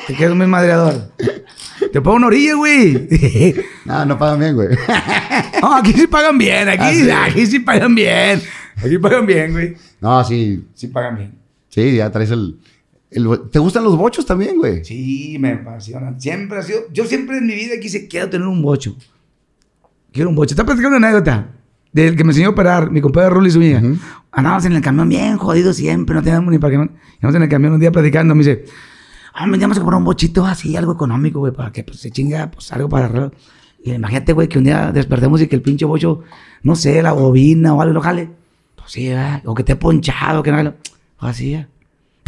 Te quedas muy madreador. Te pongo una orilla, güey. <laughs> Ah, no pagan bien, güey. No, aquí sí pagan bien, aquí, Ah, sí. aquí sí pagan bien. Aquí pagan bien, güey. No, sí, Sí pagan bien. sí, ya traes el... el bo- ¿Te gustan los bochos también, güey? Sí, me apasionan. Siempre ha sido. Yo siempre en mi vida quise, quiero tener un bocho. Quiero un bocho. Está platicando una anécdota del que me enseñó a operar, mi compadre Rulli Zúñiga. Andábamos en el camión bien jodido siempre, no teníamos ni para qué. Andábamos en el camión un día platicando, me dice, ah, me llamas a comprar un bochito así, algo económico, güey, para que pues, se chinga, pues algo para arreglar. Y imagínate, güey, que un día despertemos y que el pinche bocho, no sé, la bobina o algo, no jale. Pues sí, ¿verdad? o que esté ponchado, que no jale. Pues así, ya.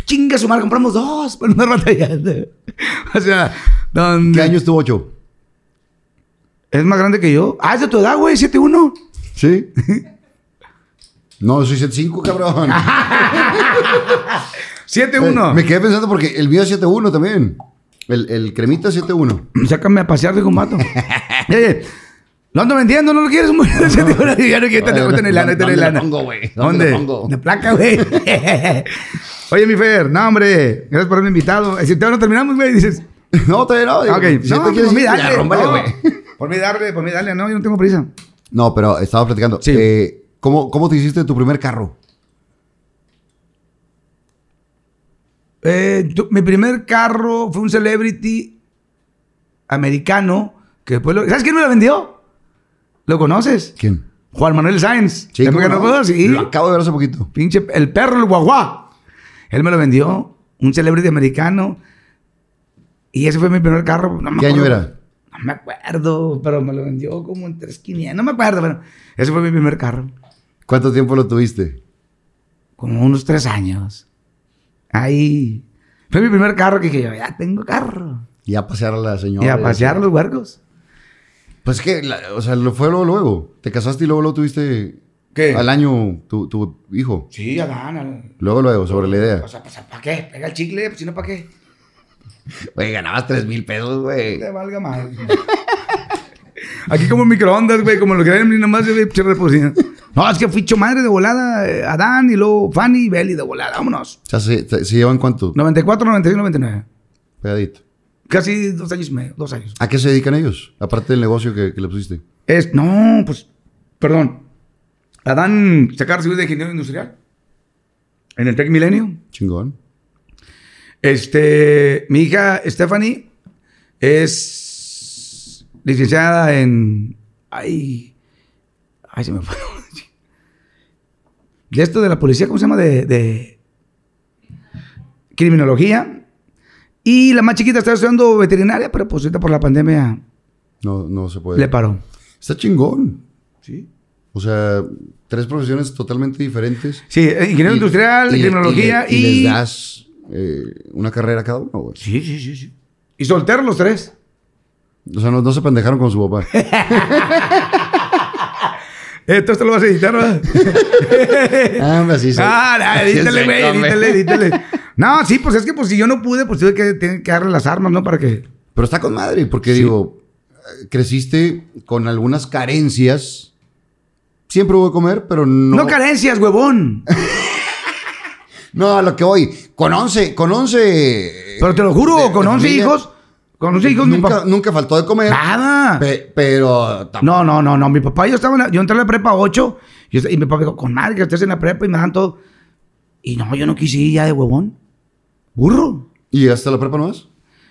Chinga su madre, compramos dos para no andar batallando. <laughs> O sea, donde... ¿Qué año es tu bocho? Es más grande que yo. Ah, es de tu edad, güey, 7-1. Sí. <laughs> No, soy 7-5, <laughs> cabrón. 7-1. Me quedé pensando porque el mío es 7-1 también. El, el cremita es 7-1. Sácame a pasear, <laughs> dijo Mato. Oye, lo ando vendiendo, no lo quieres. Muy bien, <laughs> ese tipo, ya no quiero tener- Bueno, tener lana, ¿dónde tener la lana. pongo, güey? ¿Dónde ¿Dónde? la pongo? La <laughs> placa, güey. Oye, mi Fer, no, hombre, gracias por haberme invitado. Eh, Si te no terminamos, güey, dices. <laughs> No, todavía no. ah, Ok, Si no, te quieres por mí ir, ya, dale. rómbale, no. güey. <laughs> por mí darle, por mí darle, no, yo no tengo prisa. No, pero estaba platicando. Sí. Eh, ¿cómo, ¿Cómo te hiciste tu primer carro? Eh, tu- mi primer carro fue un celebrity americano que después lo- ¿Sabes quién me lo vendió? ¿Lo conoces? ¿Quién? Juan Manuel Sáenz. Sí, ¿Te ¿cómo acuerdas? no? Sí. Lo acabo de ver hace poquito. Pinche, el perro, el guaguá. Él me lo vendió, un celebrity americano. Y ese fue mi primer carro. no me ¿Qué año acuerdo. era? No me acuerdo, pero me lo vendió como en 3.500. No me acuerdo, pero ese fue mi primer carro. ¿Cuánto tiempo lo tuviste? Como unos tres años. Ahí. Fue mi primer carro que dije, yo, ya tengo carro. Y a pasear a la señora. y a pasear los huercos. Pues es que, la- o sea, lo fue luego, luego. Te casaste y luego lo tuviste ¿Qué? al año tu, tu hijo. Sí, Adán. al- Luego, luego, sobre la idea. O sea, pues, ¿para qué? Pega el chicle, pues si no, ¿para qué? Güey, ganabas 3 mil pesos, güey. Te valga más. <laughs> Aquí como microondas, güey, como lo que ven, nomás yo se reposía. No, es que fui hecho madre de volada, eh, Adán y luego Fanny y Belly de volada, vámonos. O sea, ¿se, te- se llevan cuánto? 94, 96, 99. Pegadito. Casi dos años y medio, dos años. ¿A qué se dedican ellos? Aparte del negocio que, que le pusiste. Es, no, pues, perdón. Adán se acaba de recibir de ingeniero industrial en el Tech Milenio. Chingón. Este, mi hija Stephanie es licenciada en. Ay. Ay, se me fue. <laughs> De esto de la policía, ¿cómo se llama? De. de criminología. Y la más chiquita está estudiando veterinaria, pero pues ahorita por la pandemia No, no se puede. le paró. Está chingón. Sí. O sea, tres profesiones totalmente diferentes. Sí, eh, ingeniero Y- industrial, y le- criminología y. y. le- y les das eh, una carrera a cada uno, güey. Sí, sí, sí, sí. Y solteros los tres. O sea, no, no se pendejaron con su <laughs> papá. Esto te lo vas a editar, ¿verdad? <laughs> ah, hombre, así se- Ah, ah, así edítale, se güey, come. edítale, edítale. No, sí, pues es que pues si yo no pude, pues tuve que, tener que darle las armas, ¿no? Para que... Pero está con madre, porque digo, eh, creciste con algunas carencias. Siempre hubo de comer, pero no. No, carencias, huevón. No, a lo que voy. Con 11, con 11. eh, Pero te lo de- juro, de con 11 familia, hijos, con 11 hijos, mi Nunca, papá... nunca faltó de comer. Nada. pe- pero. tam- No, no, no, no. Mi papá, yo estaba, en la- yo entré a la prepa 8 y, yo- y mi papá dijo, con madre, que estés en la prepa y me dan todo. Y no, yo no quise ir ya de huevón. Burro. ¿Y hasta la prepa no es?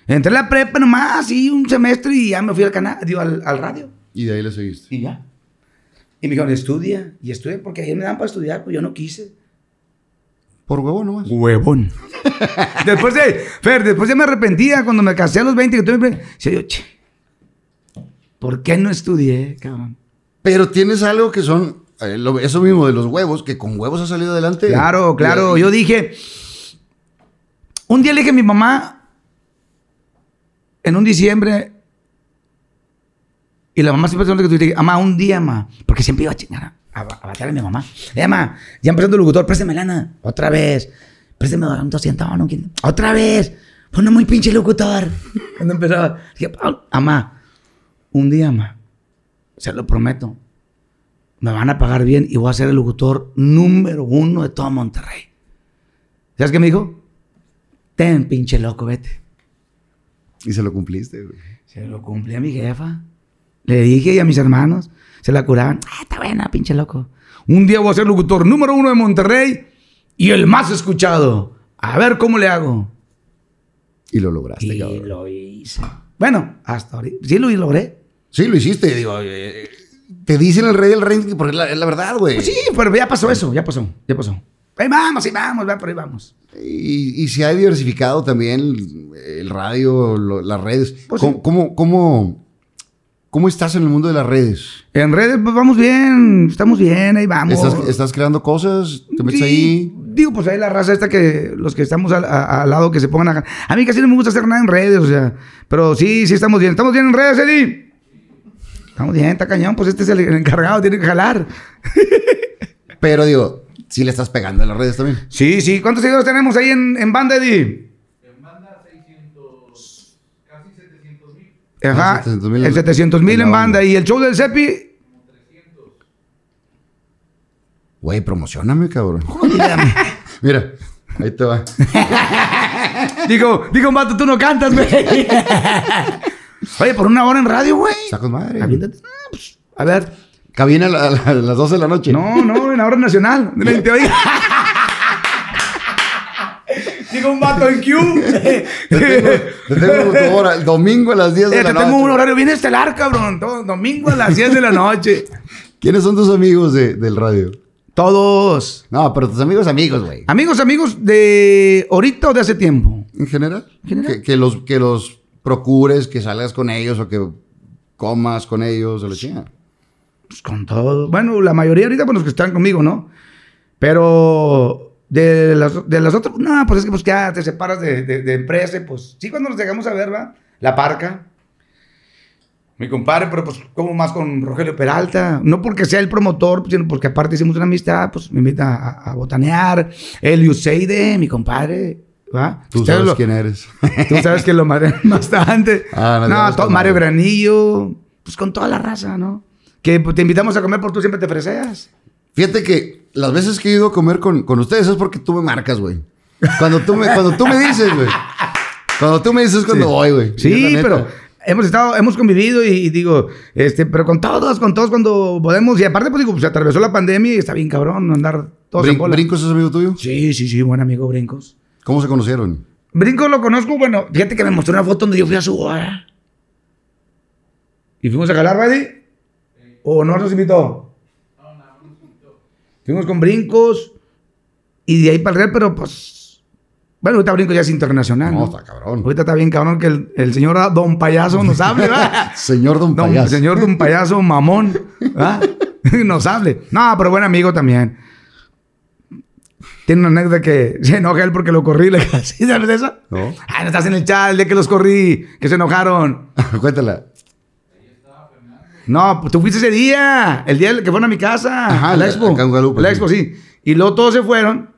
Entré a la prepa nomás, sí, un semestre y ya me fui al canal, digo, al- al radio. Y de ahí le seguiste. Y ya. Y me dijeron, estudia. Y estudia porque ayer me dan para estudiar, pues yo no quise. Por huevo nomás. Huevón. <laughs> después de, Fer, después ya me arrepentía cuando me casé a los 20 que tuve. mi prim- Decía yo, che, ¿por qué no estudié, cabrón? Pero tienes algo que son. eh, lo- eso mismo de los huevos, que con huevos ha salido adelante. Claro, claro. Y- Yo dije, un día le dije a mi mamá, en un diciembre, y la mamá siempre hace que tú dije, mamá, un día, mamá, porque siempre iba a chingar, a, a batear a mi mamá. Le mamá, ya empezando el locutor, préstame lana, otra vez, préstame un 200, un 500, otra vez, pone muy pinche locutor. <laughs> Cuando empezaba, dije, "Pa- mamá, un día, mamá, se lo prometo, me van a pagar bien y voy a ser el locutor número uno de todo Monterrey. ¿Sabes qué me dijo? Ten, pinche loco, vete. Y se lo cumpliste, güey. Se lo cumplí a mi jefa. Le dije y a mis hermanos. Se la curaban. Ah, está buena, pinche loco. Un día voy a ser locutor número uno de Monterrey y el más escuchado. A ver cómo le hago. Y lo lograste, Y cabrón. lo hice. Bueno, hasta ahorita. Sí, lo logré. Sí, lo hiciste, digo. eh, eh, te dicen el rey del ranking porque es la, es la verdad, güey. Pues sí, pero ya pasó eso, ya pasó, ya pasó. Ahí vamos, ahí vamos, va, por ahí vamos. Y, y se ha diversificado también el, el radio, lo- las redes. Pues ¿Cómo, sí. cómo, cómo, cómo estás en el mundo de las redes? En redes, pues vamos bien, estamos bien, ahí vamos. ¿Estás, estás creando cosas? ¿Te metes Sí, ahí? Digo, pues ahí la raza esta que los que estamos al, a- al lado que se pongan a. A mí casi no me gusta hacer nada en redes, o sea. Pero sí, sí estamos bien. ¿Estamos bien en redes, Eli? Estamos bien, está cañón. Pues este es el encargado, tiene que jalar. Pero digo, sí le estás pegando en las redes también. Sí, sí. ¿Cuántos seguidores tenemos ahí en, en banda, Eddie? En banda, 600. Casi 700 mil. Ajá. 700,000 el 700 mil en la en banda. banda. Y el show del Cepi. Güey, promocioname, <laughs> cabrón. Mira, ahí te va. Digo, digo, mato, tú no cantas, güey. <laughs> Oye, por una hora en radio, güey. Saco madre. Aviéntate. Ah, pues, A ver. Cabina a, la- a la- a las 12 de la noche. No, no, en la hora <laughs> nacional. De 20 hoy. Digo, un vato <laughs> en Q. Te tengo tu hora, el domingo a las 10 de Eh, la te noche. tengo un horario bien estelar, cabrón. Todo- domingo a las 10 de la noche. ¿Quiénes son tus amigos de- del radio? Todos. No, pero tus amigos, amigos, güey. Amigos, amigos de ahorita o de hace tiempo. En general. general. Que, que los, que los procures, que salgas con ellos o que comas con ellos o la chingada. Pues con todo. Bueno, la mayoría ahorita, pues los que están conmigo, ¿no? Pero de las, de las otras, no, pues es que pues ya te separas de, de- de empresa, y, pues sí, cuando nos llegamos a ver, ¿va? La parca. Mi compadre, pero pues como más con Rogelio Peralta. No porque sea el promotor, sino porque aparte hicimos una amistad, pues me invita a, a botanear. El Useide, mi compadre, ¿va? Tú Ustedes sabes lo- quién eres. <laughs> Tú sabes que lo marean <laughs> bastante. Ah, nos no, llevamos to- con Mario Mario. Granillo, pues con toda la raza, ¿no? Que pues, te invitamos a comer por tú siempre te freseas. Fíjate que las veces que he ido a comer con, con ustedes es porque tú me marcas, güey. Cuando tú me, cuando tú me dices, güey. Cuando tú me dices cuando voy, güey. Sí, La neta. pero hemos estado, hemos convivido y, y digo, este, pero con todos, con todos cuando podemos. Y aparte, pues digo, pues, se atravesó la pandemia y está bien cabrón andar todos en Brin- bola. ¿Brincos es amigo tuyo? Sí, sí, sí, buen amigo Brincos. ¿Cómo se conocieron? Brincos lo conozco, bueno, fíjate que me mostró una foto donde yo fui a su boda. ¿Y fuimos a jalar, Buddy? ¿O no nos invitó? No, no nos invitó. Fuimos con Brincos y de ahí para el real, pero pues... Bueno, ahorita Brincos ya es internacional, No, Ah, ¿no? está cabrón. Ahorita está bien cabrón que el, el señor ah, Don Payaso nos hable, <laughs> ¿verdad? Señor Don Don- Payaso. Señor Don Payaso mamón, ¿verdad? <laughs> nos hable. No, pero buen amigo también. Tiene una anécdota que se enoja él porque lo corrí. Le <laughs> ¿Sí sabes eso? No. Ah, no estás en el chat, el día que los corrí, que se enojaron. <laughs> Cuéntala. No, pues tú fuiste ese día, el día que fueron a mi casa. Ajá, a la la- expo. acá en Guadalupe, la expo, sí. Y luego todos se fueron.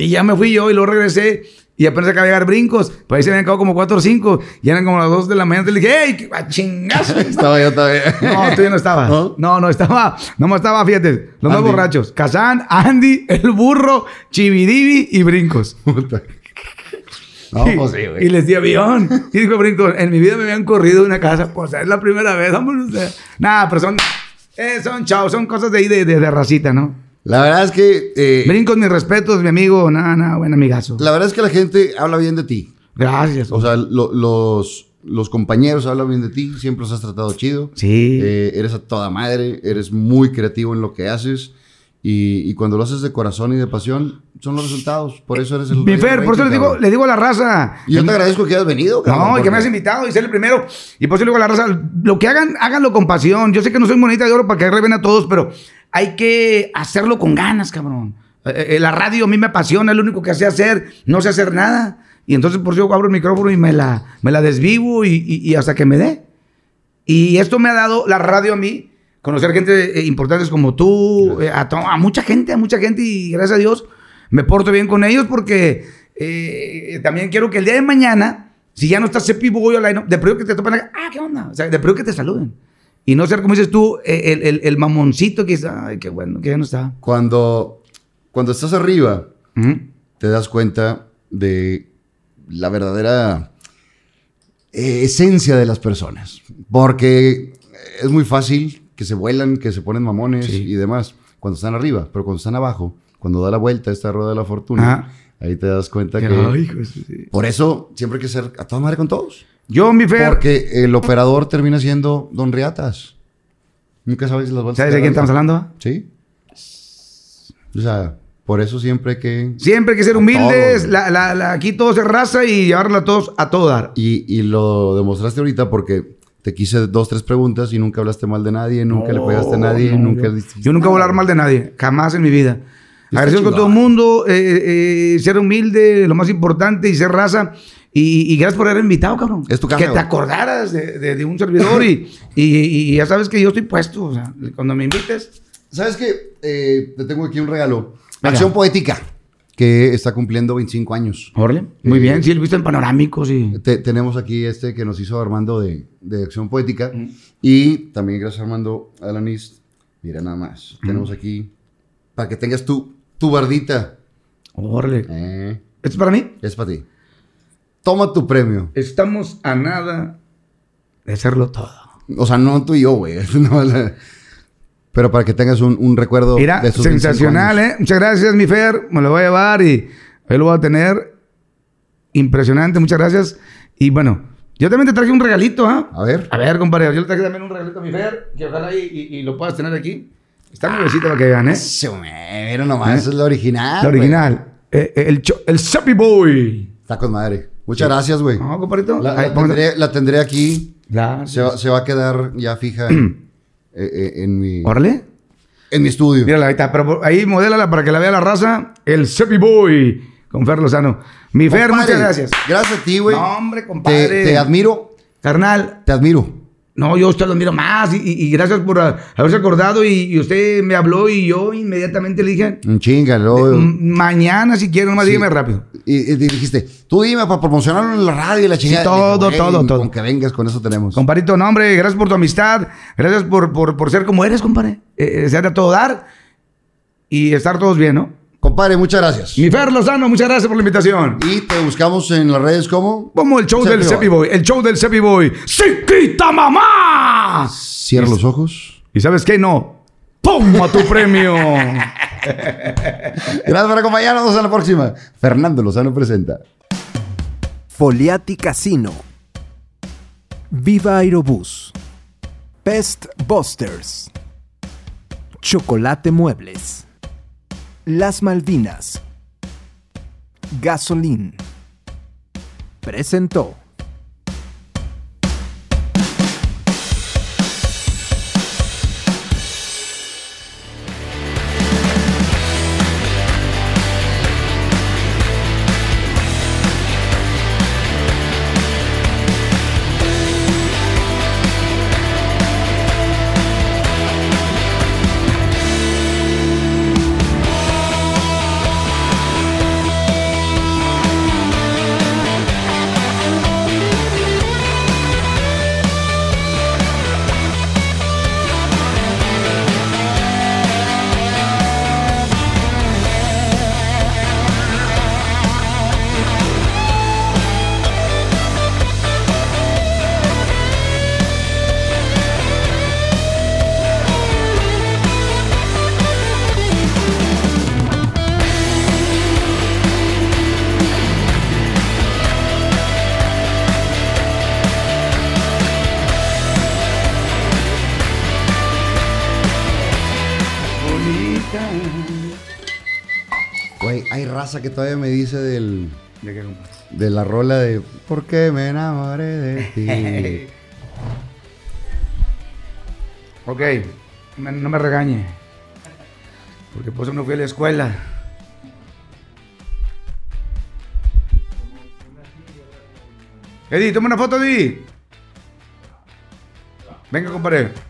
Y ya me fui yo y luego regresé. Y apenas acaba de llegar brincos. Por ahí se habían acabado como 4 o 5. Y eran como las 2 de la mañana. Te dije, ¡ey! ¡A <laughs> chingazo! Estaba yo todavía. No, tú ya no estabas. ¿No? No, no estaba. No estaba, fíjate. Los más Andy. borrachos. Kazán, Andy, el burro, Chividivi y brincos. Puta. <laughs> No, Y- pues sí, güey. Y les di avión. Y dijo Brinco, en mi vida me habían corrido de una casa. Pues es la primera vez, vámonos. de- Nada, pero son... eh, son chao, son cosas de ahí de, de- de racita, ¿no? La verdad es que. eh, Brincos, mis respetos, mi amigo. Nada, nada, buen amigazo. la verdad es que la gente habla bien de ti. Gracias. O sea, lo- los, los compañeros hablan bien de ti. Siempre los has tratado chido. sí. Eh, eres a toda madre. Eres muy creativo en lo que haces. Y, y cuando lo haces de corazón y de pasión, son los resultados. Por eso eres el. mi rey del Fer, por eso le rating, digo, cabrón. le digo a la raza. Y yo te agradezco que hayas venido, cabrón. No, y que me has porque- invitado y ser el primero. Y por eso le digo a la raza, lo que hagan, háganlo con pasión. Yo sé que no soy monedita de oro para que reven a todos, pero hay que hacerlo con ganas, cabrón. Eh, eh, la radio a mí me apasiona, es lo único que sé hacer, no sé hacer nada. Y entonces por eso yo abro el micrófono y me la, me la desvivo y, y- y hasta que me dé. Y esto me ha dado la radio a mí, conocer gente eh, importantes como tú, eh, a, to- a mucha gente, a mucha gente, y gracias a Dios me porto bien con ellos porque eh, también quiero que el día de mañana, si ya no estás Cepi Boy o Line Up, de pronto que te topen, acá, ah, ¿qué onda? O sea, de pronto que te saluden. Y no ser, como dices tú, eh, el, el- el mamoncito que está, ay, qué bueno, que ya no está. Cuando, cuando estás arriba, Ujú. te das cuenta de la verdadera eh, esencia de las personas. Porque es muy fácil que se vuelan, que se ponen mamones y demás cuando están arriba, pero cuando están abajo, cuando da la vuelta esta rueda de la fortuna, Ajá. ahí te das cuenta que... Ay, hijo de su- sí. Por eso siempre hay que ser a toda madre con todos. Yo, mi Fer, Porque el operador termina siendo Don Riatas. Nunca sabes las vueltas. ¿sabes que de quién da la estamos vida. hablando? Sí. O sea, por eso siempre hay que Siempre hay que ser A humildes, todos. la- la- la- aquí todos es raza y llevarla a todos a todo dar. Y, y lo demostraste ahorita porque te quise dos, tres preguntas y nunca hablaste mal de nadie, nunca le pegaste a nadie, No, nunca... yo, le- yo nunca voy a hablar mal de nadie, jamás en mi vida. Agradecido con todo el mundo, eh, eh, ser humilde, lo más importante, y ser raza. Y, y gracias por haber invitado, cabrón. Es tu casa, Que te güey. acordaras de, de- de un servidor y, y- y ya sabes que yo estoy puesto. O sea, cuando me invites, ¿Sabes qué? Eh, te tengo aquí un regalo. Acción Poética, que está cumpliendo 25 años. Órale. Muy bien, sí, lo he visto en panorámicos y. Te- tenemos aquí este que nos hizo Armando de, de Acción Poética. Y también gracias a Armando Alanis. Mira nada más. Tenemos aquí para que tengas tu, tu bardita. Órale. Eh, ¿Esto es para mí? es para ti. Toma tu premio. Estamos a nada de hacerlo todo. O sea, no tú y yo, güey. <laughs> No, la- pero para que tengas un, un recuerdo Mira, de esos 25 sensacional, años. ¿eh? Muchas gracias, mi Fer. Me lo voy a llevar y ahí lo voy a tener. Impresionante, muchas gracias. Y bueno, yo también te traje un regalito, ¿ah? A ver. A ver, compadre, yo le traje también un regalito a mi Fer, que ojalá y, y- y lo puedas tener aquí. Está nuevecito para que vean, ¿eh? Se me mira nomás, esa es la original. La güey. original. Eh, eh, el, cho- el Zappy Boy. Está con madre. Muchas gracias, güey. No, compadrito. La, la Ahí, ponga- tendré, la tendré aquí. La- Se va, se va a quedar ya fija eh, <clears throat> eh, en, mi, Órale. en mi estudio. Mírala, ahí está. Pero por- ahí modélala para que la vea la raza. El Zappy Boy. Con Fer Lozano. Mi Fer, Compadre, muchas gracias. Gracias a ti, güey. No, hombre, compadre. te, te admiro, Carnal, te admiro. no, yo a usted lo admiro más. Y, y- y gracias por ah, haberse acordado. Y, y usted me habló y yo inmediatamente le dije... Un chinga, luego- "Mm, Mañana, si quiere, nomás Sí. dígame rápido. Y, y dijiste, tú dime para promocionarlo en la radio y la chingada. todo, Dije, güey, todo, todo. Con que vengas, con eso tenemos. Comparito, no, hombre, gracias por tu amistad. Gracias por, por, por ser como eres, compadre. Eh, eh, ser a todo dar y estar todos bien, ¿no? Compadre, muchas gracias. Mi Fer Lozano, muchas gracias por la invitación. Y te buscamos en las redes como. Como el show Seppi del Boy. Sepi Boy. El show del Sepi Boy. ¡Sí, quita mamá! Cierra los ojos. ¿Y sabes qué? No. ¡Toma tu premio! Gracias por acompañarnos. Nos vemos en la próxima. Fernando Lozano presenta. Foliati Casino. Viva Aerobús. Pest Busters. Chocolate Muebles. Las Malvinas. Gasolín. Presentó. Güey, hay raza que todavía me dice del. De la rola de. ¿Por qué me enamoré de <laughs> ti? ok, me- no me regañe. Porque por eso no fui a la escuela. Eddie, toma una foto, Eddie. Venga, compadre.